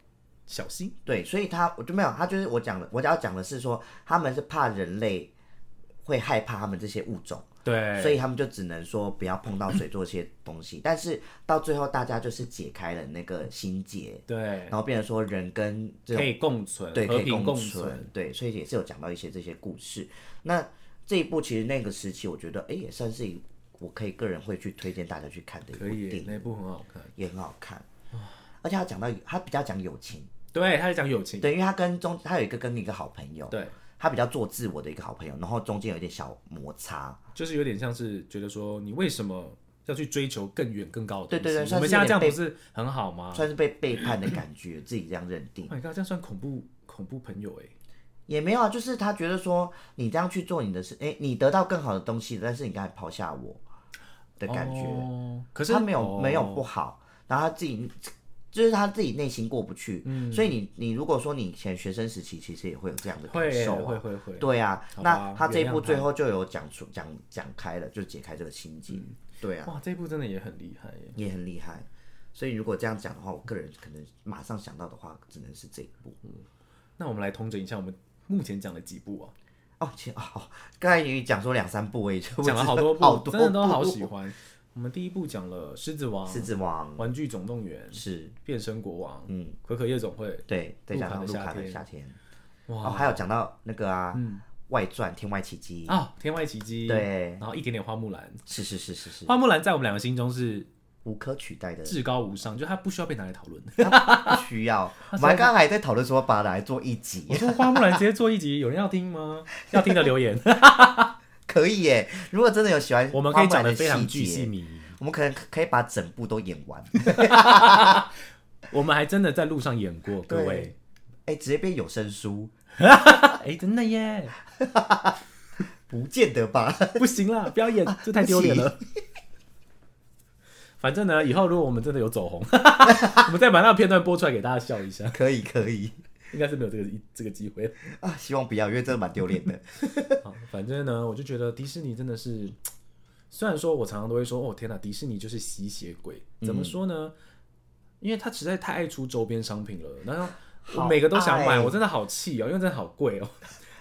Speaker 1: 小心。
Speaker 2: 对，所以他我就没有，他就是我讲的，我要讲的是说，他们是怕人类会害怕他们这些物种。
Speaker 1: 对，
Speaker 2: 所以他们就只能说不要碰到水做这些东西。但是到最后，大家就是解开了那个心结，
Speaker 1: 对
Speaker 2: 然，后变成说人跟这
Speaker 1: 哎可
Speaker 2: 种
Speaker 1: 以共存，
Speaker 2: 对
Speaker 1: 和
Speaker 2: 可以
Speaker 1: 平
Speaker 2: 共
Speaker 1: 存。，
Speaker 2: 对，所以也是有讲到一些这些故事。那这一部其实那个时期，我觉得哎、诶也算是一我可以个人会去推荐大家去看的一部
Speaker 1: 可
Speaker 2: 电
Speaker 1: 以，
Speaker 2: 影，
Speaker 1: 那部很好看。
Speaker 2: 也很好看。而且他讲到他比较讲友情，
Speaker 1: 对，他是讲友情，
Speaker 2: 对，因为他跟中他有一个跟一个好朋友，
Speaker 1: 对，
Speaker 2: 他比较做自我的一个好朋友，然后中间有一点小摩擦，
Speaker 1: 就是有点像是觉得说，你为什么要去追求更远更高的东西？
Speaker 2: 对对对
Speaker 1: 我
Speaker 2: 算
Speaker 1: 们
Speaker 2: 是
Speaker 1: 现在这样
Speaker 2: 有
Speaker 1: 不
Speaker 2: 点
Speaker 1: 是很好吗？
Speaker 2: 算是被背叛的感觉，自己这样认定
Speaker 1: Oh my god，这样算恐怖恐怖朋友哎、
Speaker 2: 也没有啊，就是他觉得说你这样去做你的事，哎、你得到更好的东西，但是你刚才抛下我的感觉，
Speaker 1: 哦可是
Speaker 2: 他没有、没有
Speaker 1: 哦
Speaker 2: 不好，然后他自己就是他自己内心过不去，
Speaker 1: 嗯
Speaker 2: 所以你你如果说你以前学生时期其实也会有这样的
Speaker 1: 会
Speaker 2: 感
Speaker 1: 欸
Speaker 2: 受、
Speaker 1: 会
Speaker 2: 啊，
Speaker 1: 会会。
Speaker 2: 对啊，
Speaker 1: 好吧
Speaker 2: 那他这一
Speaker 1: 原谅
Speaker 2: 部
Speaker 1: 他
Speaker 2: 最后就有讲出讲讲开了，就解开这个心结，
Speaker 1: 嗯
Speaker 2: 对啊，
Speaker 1: 哇，这一部真的也很厉害耶！
Speaker 2: 也很厉害。所以如果这样讲的话，我个人可能马上想到的话，只能是这一部。
Speaker 1: 那我们来统整一下，我们目前讲了几部啊？
Speaker 2: 哦，其实哦，刚才你讲说两三部，我也就不知
Speaker 1: 讲了
Speaker 2: 道
Speaker 1: 好多部，
Speaker 2: 好多
Speaker 1: 真的都好
Speaker 2: 部
Speaker 1: 喜欢。我们第一部讲了《狮子王》
Speaker 2: 狮子王
Speaker 1: 《玩具总动员》《
Speaker 2: 是，
Speaker 1: 变身国王》
Speaker 2: 嗯，
Speaker 1: 可可夜总会》，
Speaker 2: 对，再
Speaker 1: 路
Speaker 2: 加
Speaker 1: 卡的
Speaker 2: 上路
Speaker 1: 夏
Speaker 2: 卡的
Speaker 1: 天
Speaker 2: 夏天，
Speaker 1: 哇，
Speaker 2: 哦，还有讲到那个啊，外传《天外奇迹》
Speaker 1: 啊，《天外奇迹》，
Speaker 2: 嗯对，
Speaker 1: 然后一点点花木兰，
Speaker 2: 是是是是是，
Speaker 1: 花木兰在我们两个心中是
Speaker 2: 无可取代的，
Speaker 1: 至高无上，就它不需要被拿来讨论。
Speaker 2: 不 需要。我们刚刚还在讨论说把它拿来做一集
Speaker 1: 我，说花木兰直接做一集，有人要听吗？要听的留言，
Speaker 2: 可以耶。如果真的有喜欢
Speaker 1: 我们
Speaker 2: 花
Speaker 1: 可以
Speaker 2: 木
Speaker 1: 讲
Speaker 2: 兰的
Speaker 1: 的非常
Speaker 2: 细
Speaker 1: 巨细
Speaker 2: 节，
Speaker 1: 靡遗。
Speaker 2: 我们可能可以把整部都演完，
Speaker 1: 我们还真的在路上演过，各位，
Speaker 2: 哎，直接变有声书，
Speaker 1: 哎，真的耶，
Speaker 2: 不见得吧？
Speaker 1: 不行啦，不要演，
Speaker 2: 啊
Speaker 1: 这太丢脸了。 反正呢，以后如果我们真的有走红， 我们再把那个片段播出来给大家笑一下，
Speaker 2: 可以可以
Speaker 1: 应该是没有这个这个机 会了。
Speaker 2: 啊，希望不要，因为真的蛮丢脸的。
Speaker 1: 好，反正呢，我就觉得迪士尼真的是，虽然说我常常都会说，哦天哪，迪士尼就是吸血鬼，怎么说呢？因为它实在太爱出周边商品了，然后我
Speaker 2: 好
Speaker 1: 每个都想买，
Speaker 2: 爱
Speaker 1: 我真的好气哦，因为真的好贵哦。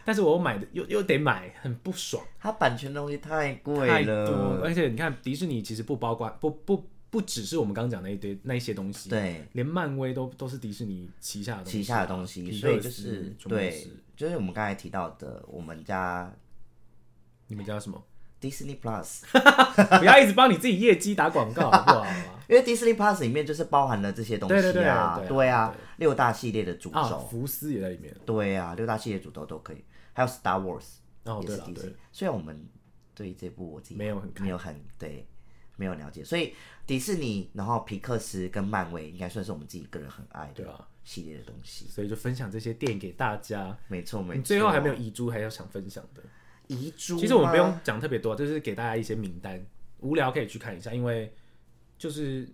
Speaker 1: 但是我买的又又得买，很不爽，
Speaker 2: 它版权的东西太
Speaker 1: 太
Speaker 2: 贵
Speaker 1: 多。
Speaker 2: 了，
Speaker 1: 而且你看，迪士尼其实不包括不不不只是我们刚刚讲那一堆那一些东西，，
Speaker 2: 对
Speaker 1: 连漫威都都是迪士尼旗下的东西啊，
Speaker 2: 旗下的东西，
Speaker 1: 皮
Speaker 2: 所以
Speaker 1: 克
Speaker 2: 就
Speaker 1: 斯
Speaker 2: 是
Speaker 1: 全部都
Speaker 2: 对
Speaker 1: 是，
Speaker 2: 就是我们刚才提到的，我们家
Speaker 1: 你们叫什么？
Speaker 2: Disney Plus，
Speaker 1: 不要一直帮你自己业绩打广告，好不好啊？
Speaker 2: 因为 Disney Plus 里面就是包含了这些东西
Speaker 1: 对
Speaker 2: 啊，
Speaker 1: 对对对
Speaker 2: 啊，六大系列的主
Speaker 1: 啊，
Speaker 2: 轴，
Speaker 1: 福斯也在里面。
Speaker 2: 对啊，六大系列主轴都可以，还有 Star Wars
Speaker 1: 哦，
Speaker 2: 也
Speaker 1: 对
Speaker 2: 是
Speaker 1: 了，对
Speaker 2: Disney，，虽然我们对这部我自己
Speaker 1: 没有很看
Speaker 2: 没有很对。没有了解，所以迪士尼，然后皮克斯跟漫威应该算是我们自己个人很爱
Speaker 1: 对
Speaker 2: 的
Speaker 1: 啊，
Speaker 2: 系列的东西。
Speaker 1: 所以就分享这些电影给大家。
Speaker 2: 没错，没错。
Speaker 1: 你最后还没有遗珠，还要想分享的？
Speaker 2: 遗珠吗？
Speaker 1: 其实我们不用讲特别多，就是给大家一些名单，无聊可以去看一下，因为就是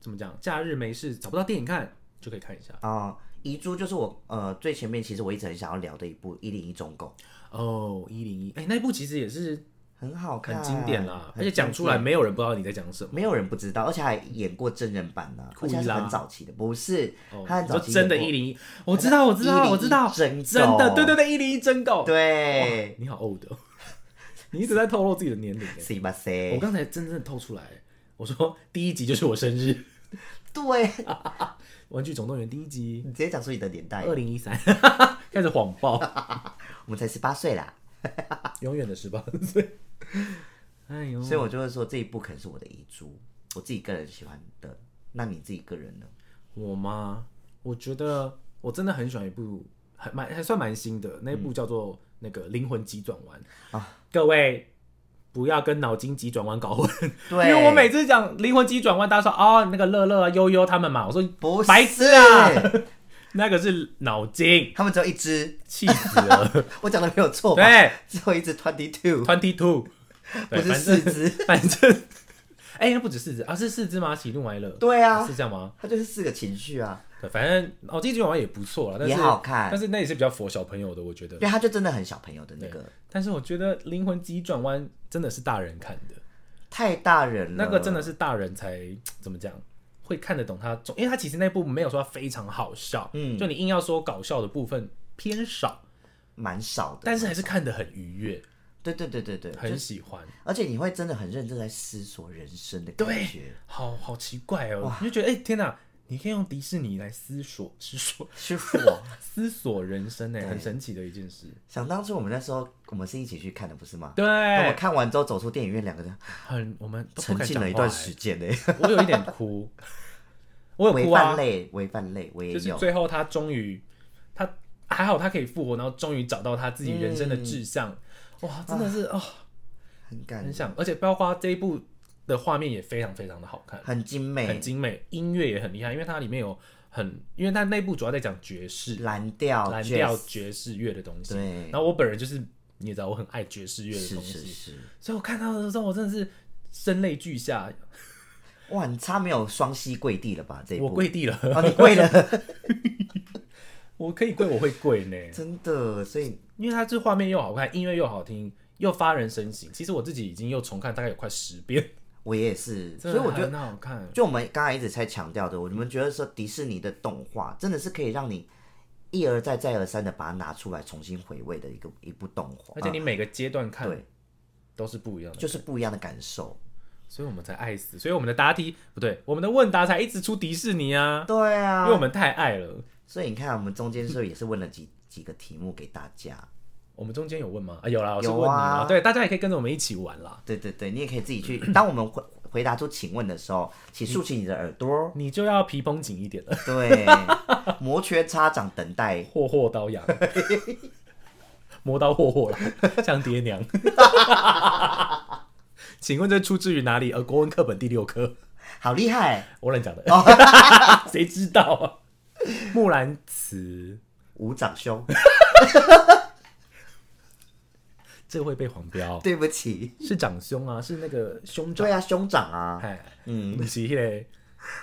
Speaker 1: 怎么讲，假日没事找不到电影看，就可以看一下。
Speaker 2: 啊，遗、珠就是我呃最前面，其实我一直很想要聊的一部《一零一忠狗
Speaker 1: 哦，一零一，哎，那一部其实也是》，
Speaker 2: 很好看，
Speaker 1: 很经典啦，而
Speaker 2: 很
Speaker 1: 且讲出来没有人不知道你在讲什么。
Speaker 2: 没有人不知道，而且还演过真人版呢、
Speaker 1: 库
Speaker 2: 而
Speaker 1: 伊拉
Speaker 2: 且是很早期的，不是，
Speaker 1: 哦
Speaker 2: 他很
Speaker 1: 你说
Speaker 2: 早期
Speaker 1: 真的，
Speaker 2: 演
Speaker 1: 一
Speaker 2: 过
Speaker 1: 零一，我知道，我知道，我知道，
Speaker 2: 101真狗
Speaker 1: 真的，对对对，一零一真狗，
Speaker 2: 对，
Speaker 1: 你好 old，哦 你一直在透露自己的年龄。哎
Speaker 2: 是吧？
Speaker 1: 我
Speaker 2: 谁？
Speaker 1: 刚才真正透出来，我说第一集就是我生日，《
Speaker 2: 对，
Speaker 1: 玩具总动员》第一集，
Speaker 2: 你直接讲出你的年代，
Speaker 1: 二零一三， 开始谎报，
Speaker 2: 我们才十八岁啦，
Speaker 1: 永远的十八岁。 哎呦，
Speaker 2: 所以我就会说这一部可能是我的遗珠，我自己个人喜欢的。那你自己个人呢？
Speaker 1: 我吗？我觉得我真的很喜欢一部，还蛮还算蛮新的，那部
Speaker 2: 嗯
Speaker 1: 叫做那个《灵魂急转弯》啊。各位不要跟脑筋急转弯搞混，
Speaker 2: 对
Speaker 1: 因为我每次讲《灵魂急转弯》，大家说哦，那个乐乐啊、悠悠他们嘛，我说
Speaker 2: 不是
Speaker 1: 白痴啊，那个是脑筋，
Speaker 2: 他们只有一只，
Speaker 1: 气死了。
Speaker 2: 我讲的没有错吧？
Speaker 1: 对，
Speaker 2: 只有一只 twenty two，
Speaker 1: Twenty Two，
Speaker 2: 不是四只。
Speaker 1: 反正，哎、那不止四只啊，是四只吗？喜怒哀乐，
Speaker 2: 对啊，
Speaker 1: 是这样吗？
Speaker 2: 它就是四个情绪啊，
Speaker 1: 对，反正哦，这句好像也不错啦，但是
Speaker 2: 也好看
Speaker 1: 但是那也是比较佛小朋友的，我觉得
Speaker 2: 因。为它就真的很小朋友的那个，
Speaker 1: 但是我觉得《灵魂急转弯》真的是大人看的，
Speaker 2: 太大人了，
Speaker 1: 那个真
Speaker 2: 的
Speaker 1: 的是大人才怎么讲，会看得懂他中，因为他其实那部没有说它非常好笑，嗯，就你硬要说搞笑的部分偏少，
Speaker 2: 蛮少的，
Speaker 1: 但是还是看得很愉悦，
Speaker 2: 对对对对对，
Speaker 1: 很喜欢。
Speaker 2: 而且你会真的很认真在思索人生的感觉，
Speaker 1: 好好奇怪哦，你就觉得哎、天哪，你可以用迪士尼来思索思索
Speaker 2: 是我
Speaker 1: 思索人生呢，很神奇的一件事。
Speaker 2: 想当初我们那时候我们是一起去看的，不是吗？那我
Speaker 1: 对，
Speaker 2: 看完之后走出电影院，两个人
Speaker 1: 很我们都不
Speaker 2: 沉
Speaker 1: 敢
Speaker 2: 浸
Speaker 1: 讲
Speaker 2: 了一
Speaker 1: 话
Speaker 2: 段
Speaker 1: 欸
Speaker 2: 时间呢，
Speaker 1: 我有一点 哭，我有
Speaker 2: 违
Speaker 1: 哭
Speaker 2: 犯
Speaker 1: 啊，
Speaker 2: 类，违犯类，我也
Speaker 1: 就是
Speaker 2: 有，
Speaker 1: 最后他终于他还好他可以复活，然后终于找到他自己人生的志向，
Speaker 2: 嗯
Speaker 1: 哇，真的是
Speaker 2: 啊
Speaker 1: 哦，
Speaker 2: 很感
Speaker 1: 很想，而且包括这一部的画面也非常非常的好看，
Speaker 2: 很精
Speaker 1: 很
Speaker 2: 美，
Speaker 1: 精美，音乐也很厉害，因为它里面有很，因为它那部主要在讲爵士。
Speaker 2: 蓝调，
Speaker 1: 蓝
Speaker 2: jazz，
Speaker 1: 调爵士乐的东西。
Speaker 2: 哦对
Speaker 1: 然后我本人就是你也知道，我很爱爵士乐的
Speaker 2: 是
Speaker 1: 东西，
Speaker 2: 是是，
Speaker 1: 所以我看到的时候，我真的是声泪俱下，
Speaker 2: 哎哇，你差没有双膝跪地了吧？这一
Speaker 1: 我
Speaker 2: 部，
Speaker 1: 跪地了，
Speaker 2: 哦，你跪了，
Speaker 1: 我可以跪，我会跪呢，
Speaker 2: 真的，所以
Speaker 1: 因为它这画面又好看，音乐又好听。又发人深省。其实我自己已经又重看大概有快十遍，
Speaker 2: 我也是，所
Speaker 1: 真
Speaker 2: 以
Speaker 1: 的
Speaker 2: 我觉得
Speaker 1: 很好看。
Speaker 2: 就我们刚才一直在强调的，我们觉得说迪士尼的动画真的是可以让你一而再、再而三的把它拿出来重新回味的一个一部动画，啊
Speaker 1: 而且你每个阶段看
Speaker 2: 对
Speaker 1: 都是不一样的，
Speaker 2: 就是不一样的感受。
Speaker 1: 所以我们才爱死。所以我们的答题不对，我们的问答才一直出迪士尼啊，
Speaker 2: 对
Speaker 1: 因
Speaker 2: 啊
Speaker 1: 为我，们太爱了。
Speaker 2: 所以你看，我们中间是不是也是问了几几个题目给大家？
Speaker 1: 我们中间有问吗？啊，有啦，我是
Speaker 2: 有
Speaker 1: 问你
Speaker 2: 啊
Speaker 1: 啦对，大家也可以跟着我们一起玩啦。
Speaker 2: 对对对，你也可以自己去。 当我们回回答出请问的时候，请竖起你的耳 朵，
Speaker 1: 你就要皮绷紧一点了，
Speaker 2: 对，摩拳擦掌等待。
Speaker 1: 霍霍刀 羊，磨刀霍霍啦，像爹 娘。请问这出自于哪里？呃，国文课本第六课，
Speaker 2: 好厉害！
Speaker 1: 我乱讲的，
Speaker 2: 哦
Speaker 1: 谁知道啊？木兰辞，
Speaker 2: 吴长兄，
Speaker 1: 这会被黄标，
Speaker 2: 对不起。
Speaker 1: 是长兄啊，是那个兄长
Speaker 2: 对，啊，兄长啊，
Speaker 1: 哎，
Speaker 2: 嗯，
Speaker 1: 不是一些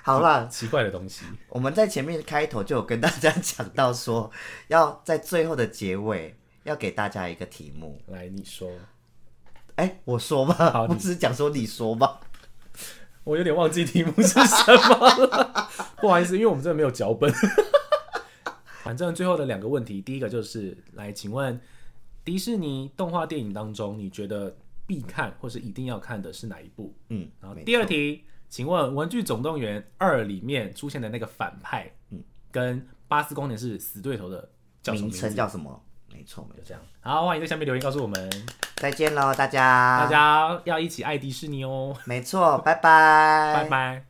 Speaker 2: 好啦，
Speaker 1: 奇怪的东西。
Speaker 2: 我们在前面开头就有跟大家讲到说，要在最后的结尾要给大家一个题目。
Speaker 1: 来，你说，
Speaker 2: 哎、我说吧，
Speaker 1: 好
Speaker 2: 我
Speaker 1: 你
Speaker 2: 只是讲说你说吧。
Speaker 1: 我有点忘记题目是什么 了，不好意思，因为我们真的没有脚本。 反正最后的两个问题，第一个就是来，请问迪士尼动画电影当中，你觉得必看或是一定要看的是哪一部？
Speaker 2: 嗯，
Speaker 1: 然后
Speaker 2: 没
Speaker 1: 第二题，请问《玩具总动员二》里面出现的那个反派，嗯，跟巴斯光年是死对头的叫什么名
Speaker 2: 名
Speaker 1: 字？
Speaker 2: 称叫什么？没错，没
Speaker 1: 就
Speaker 2: 错。
Speaker 1: 这样。好，欢迎在下面留言告诉我们，
Speaker 2: 再见喽，
Speaker 1: 大
Speaker 2: 大
Speaker 1: 家要一起爱迪士尼哦，
Speaker 2: 没错，拜拜，
Speaker 1: 拜拜。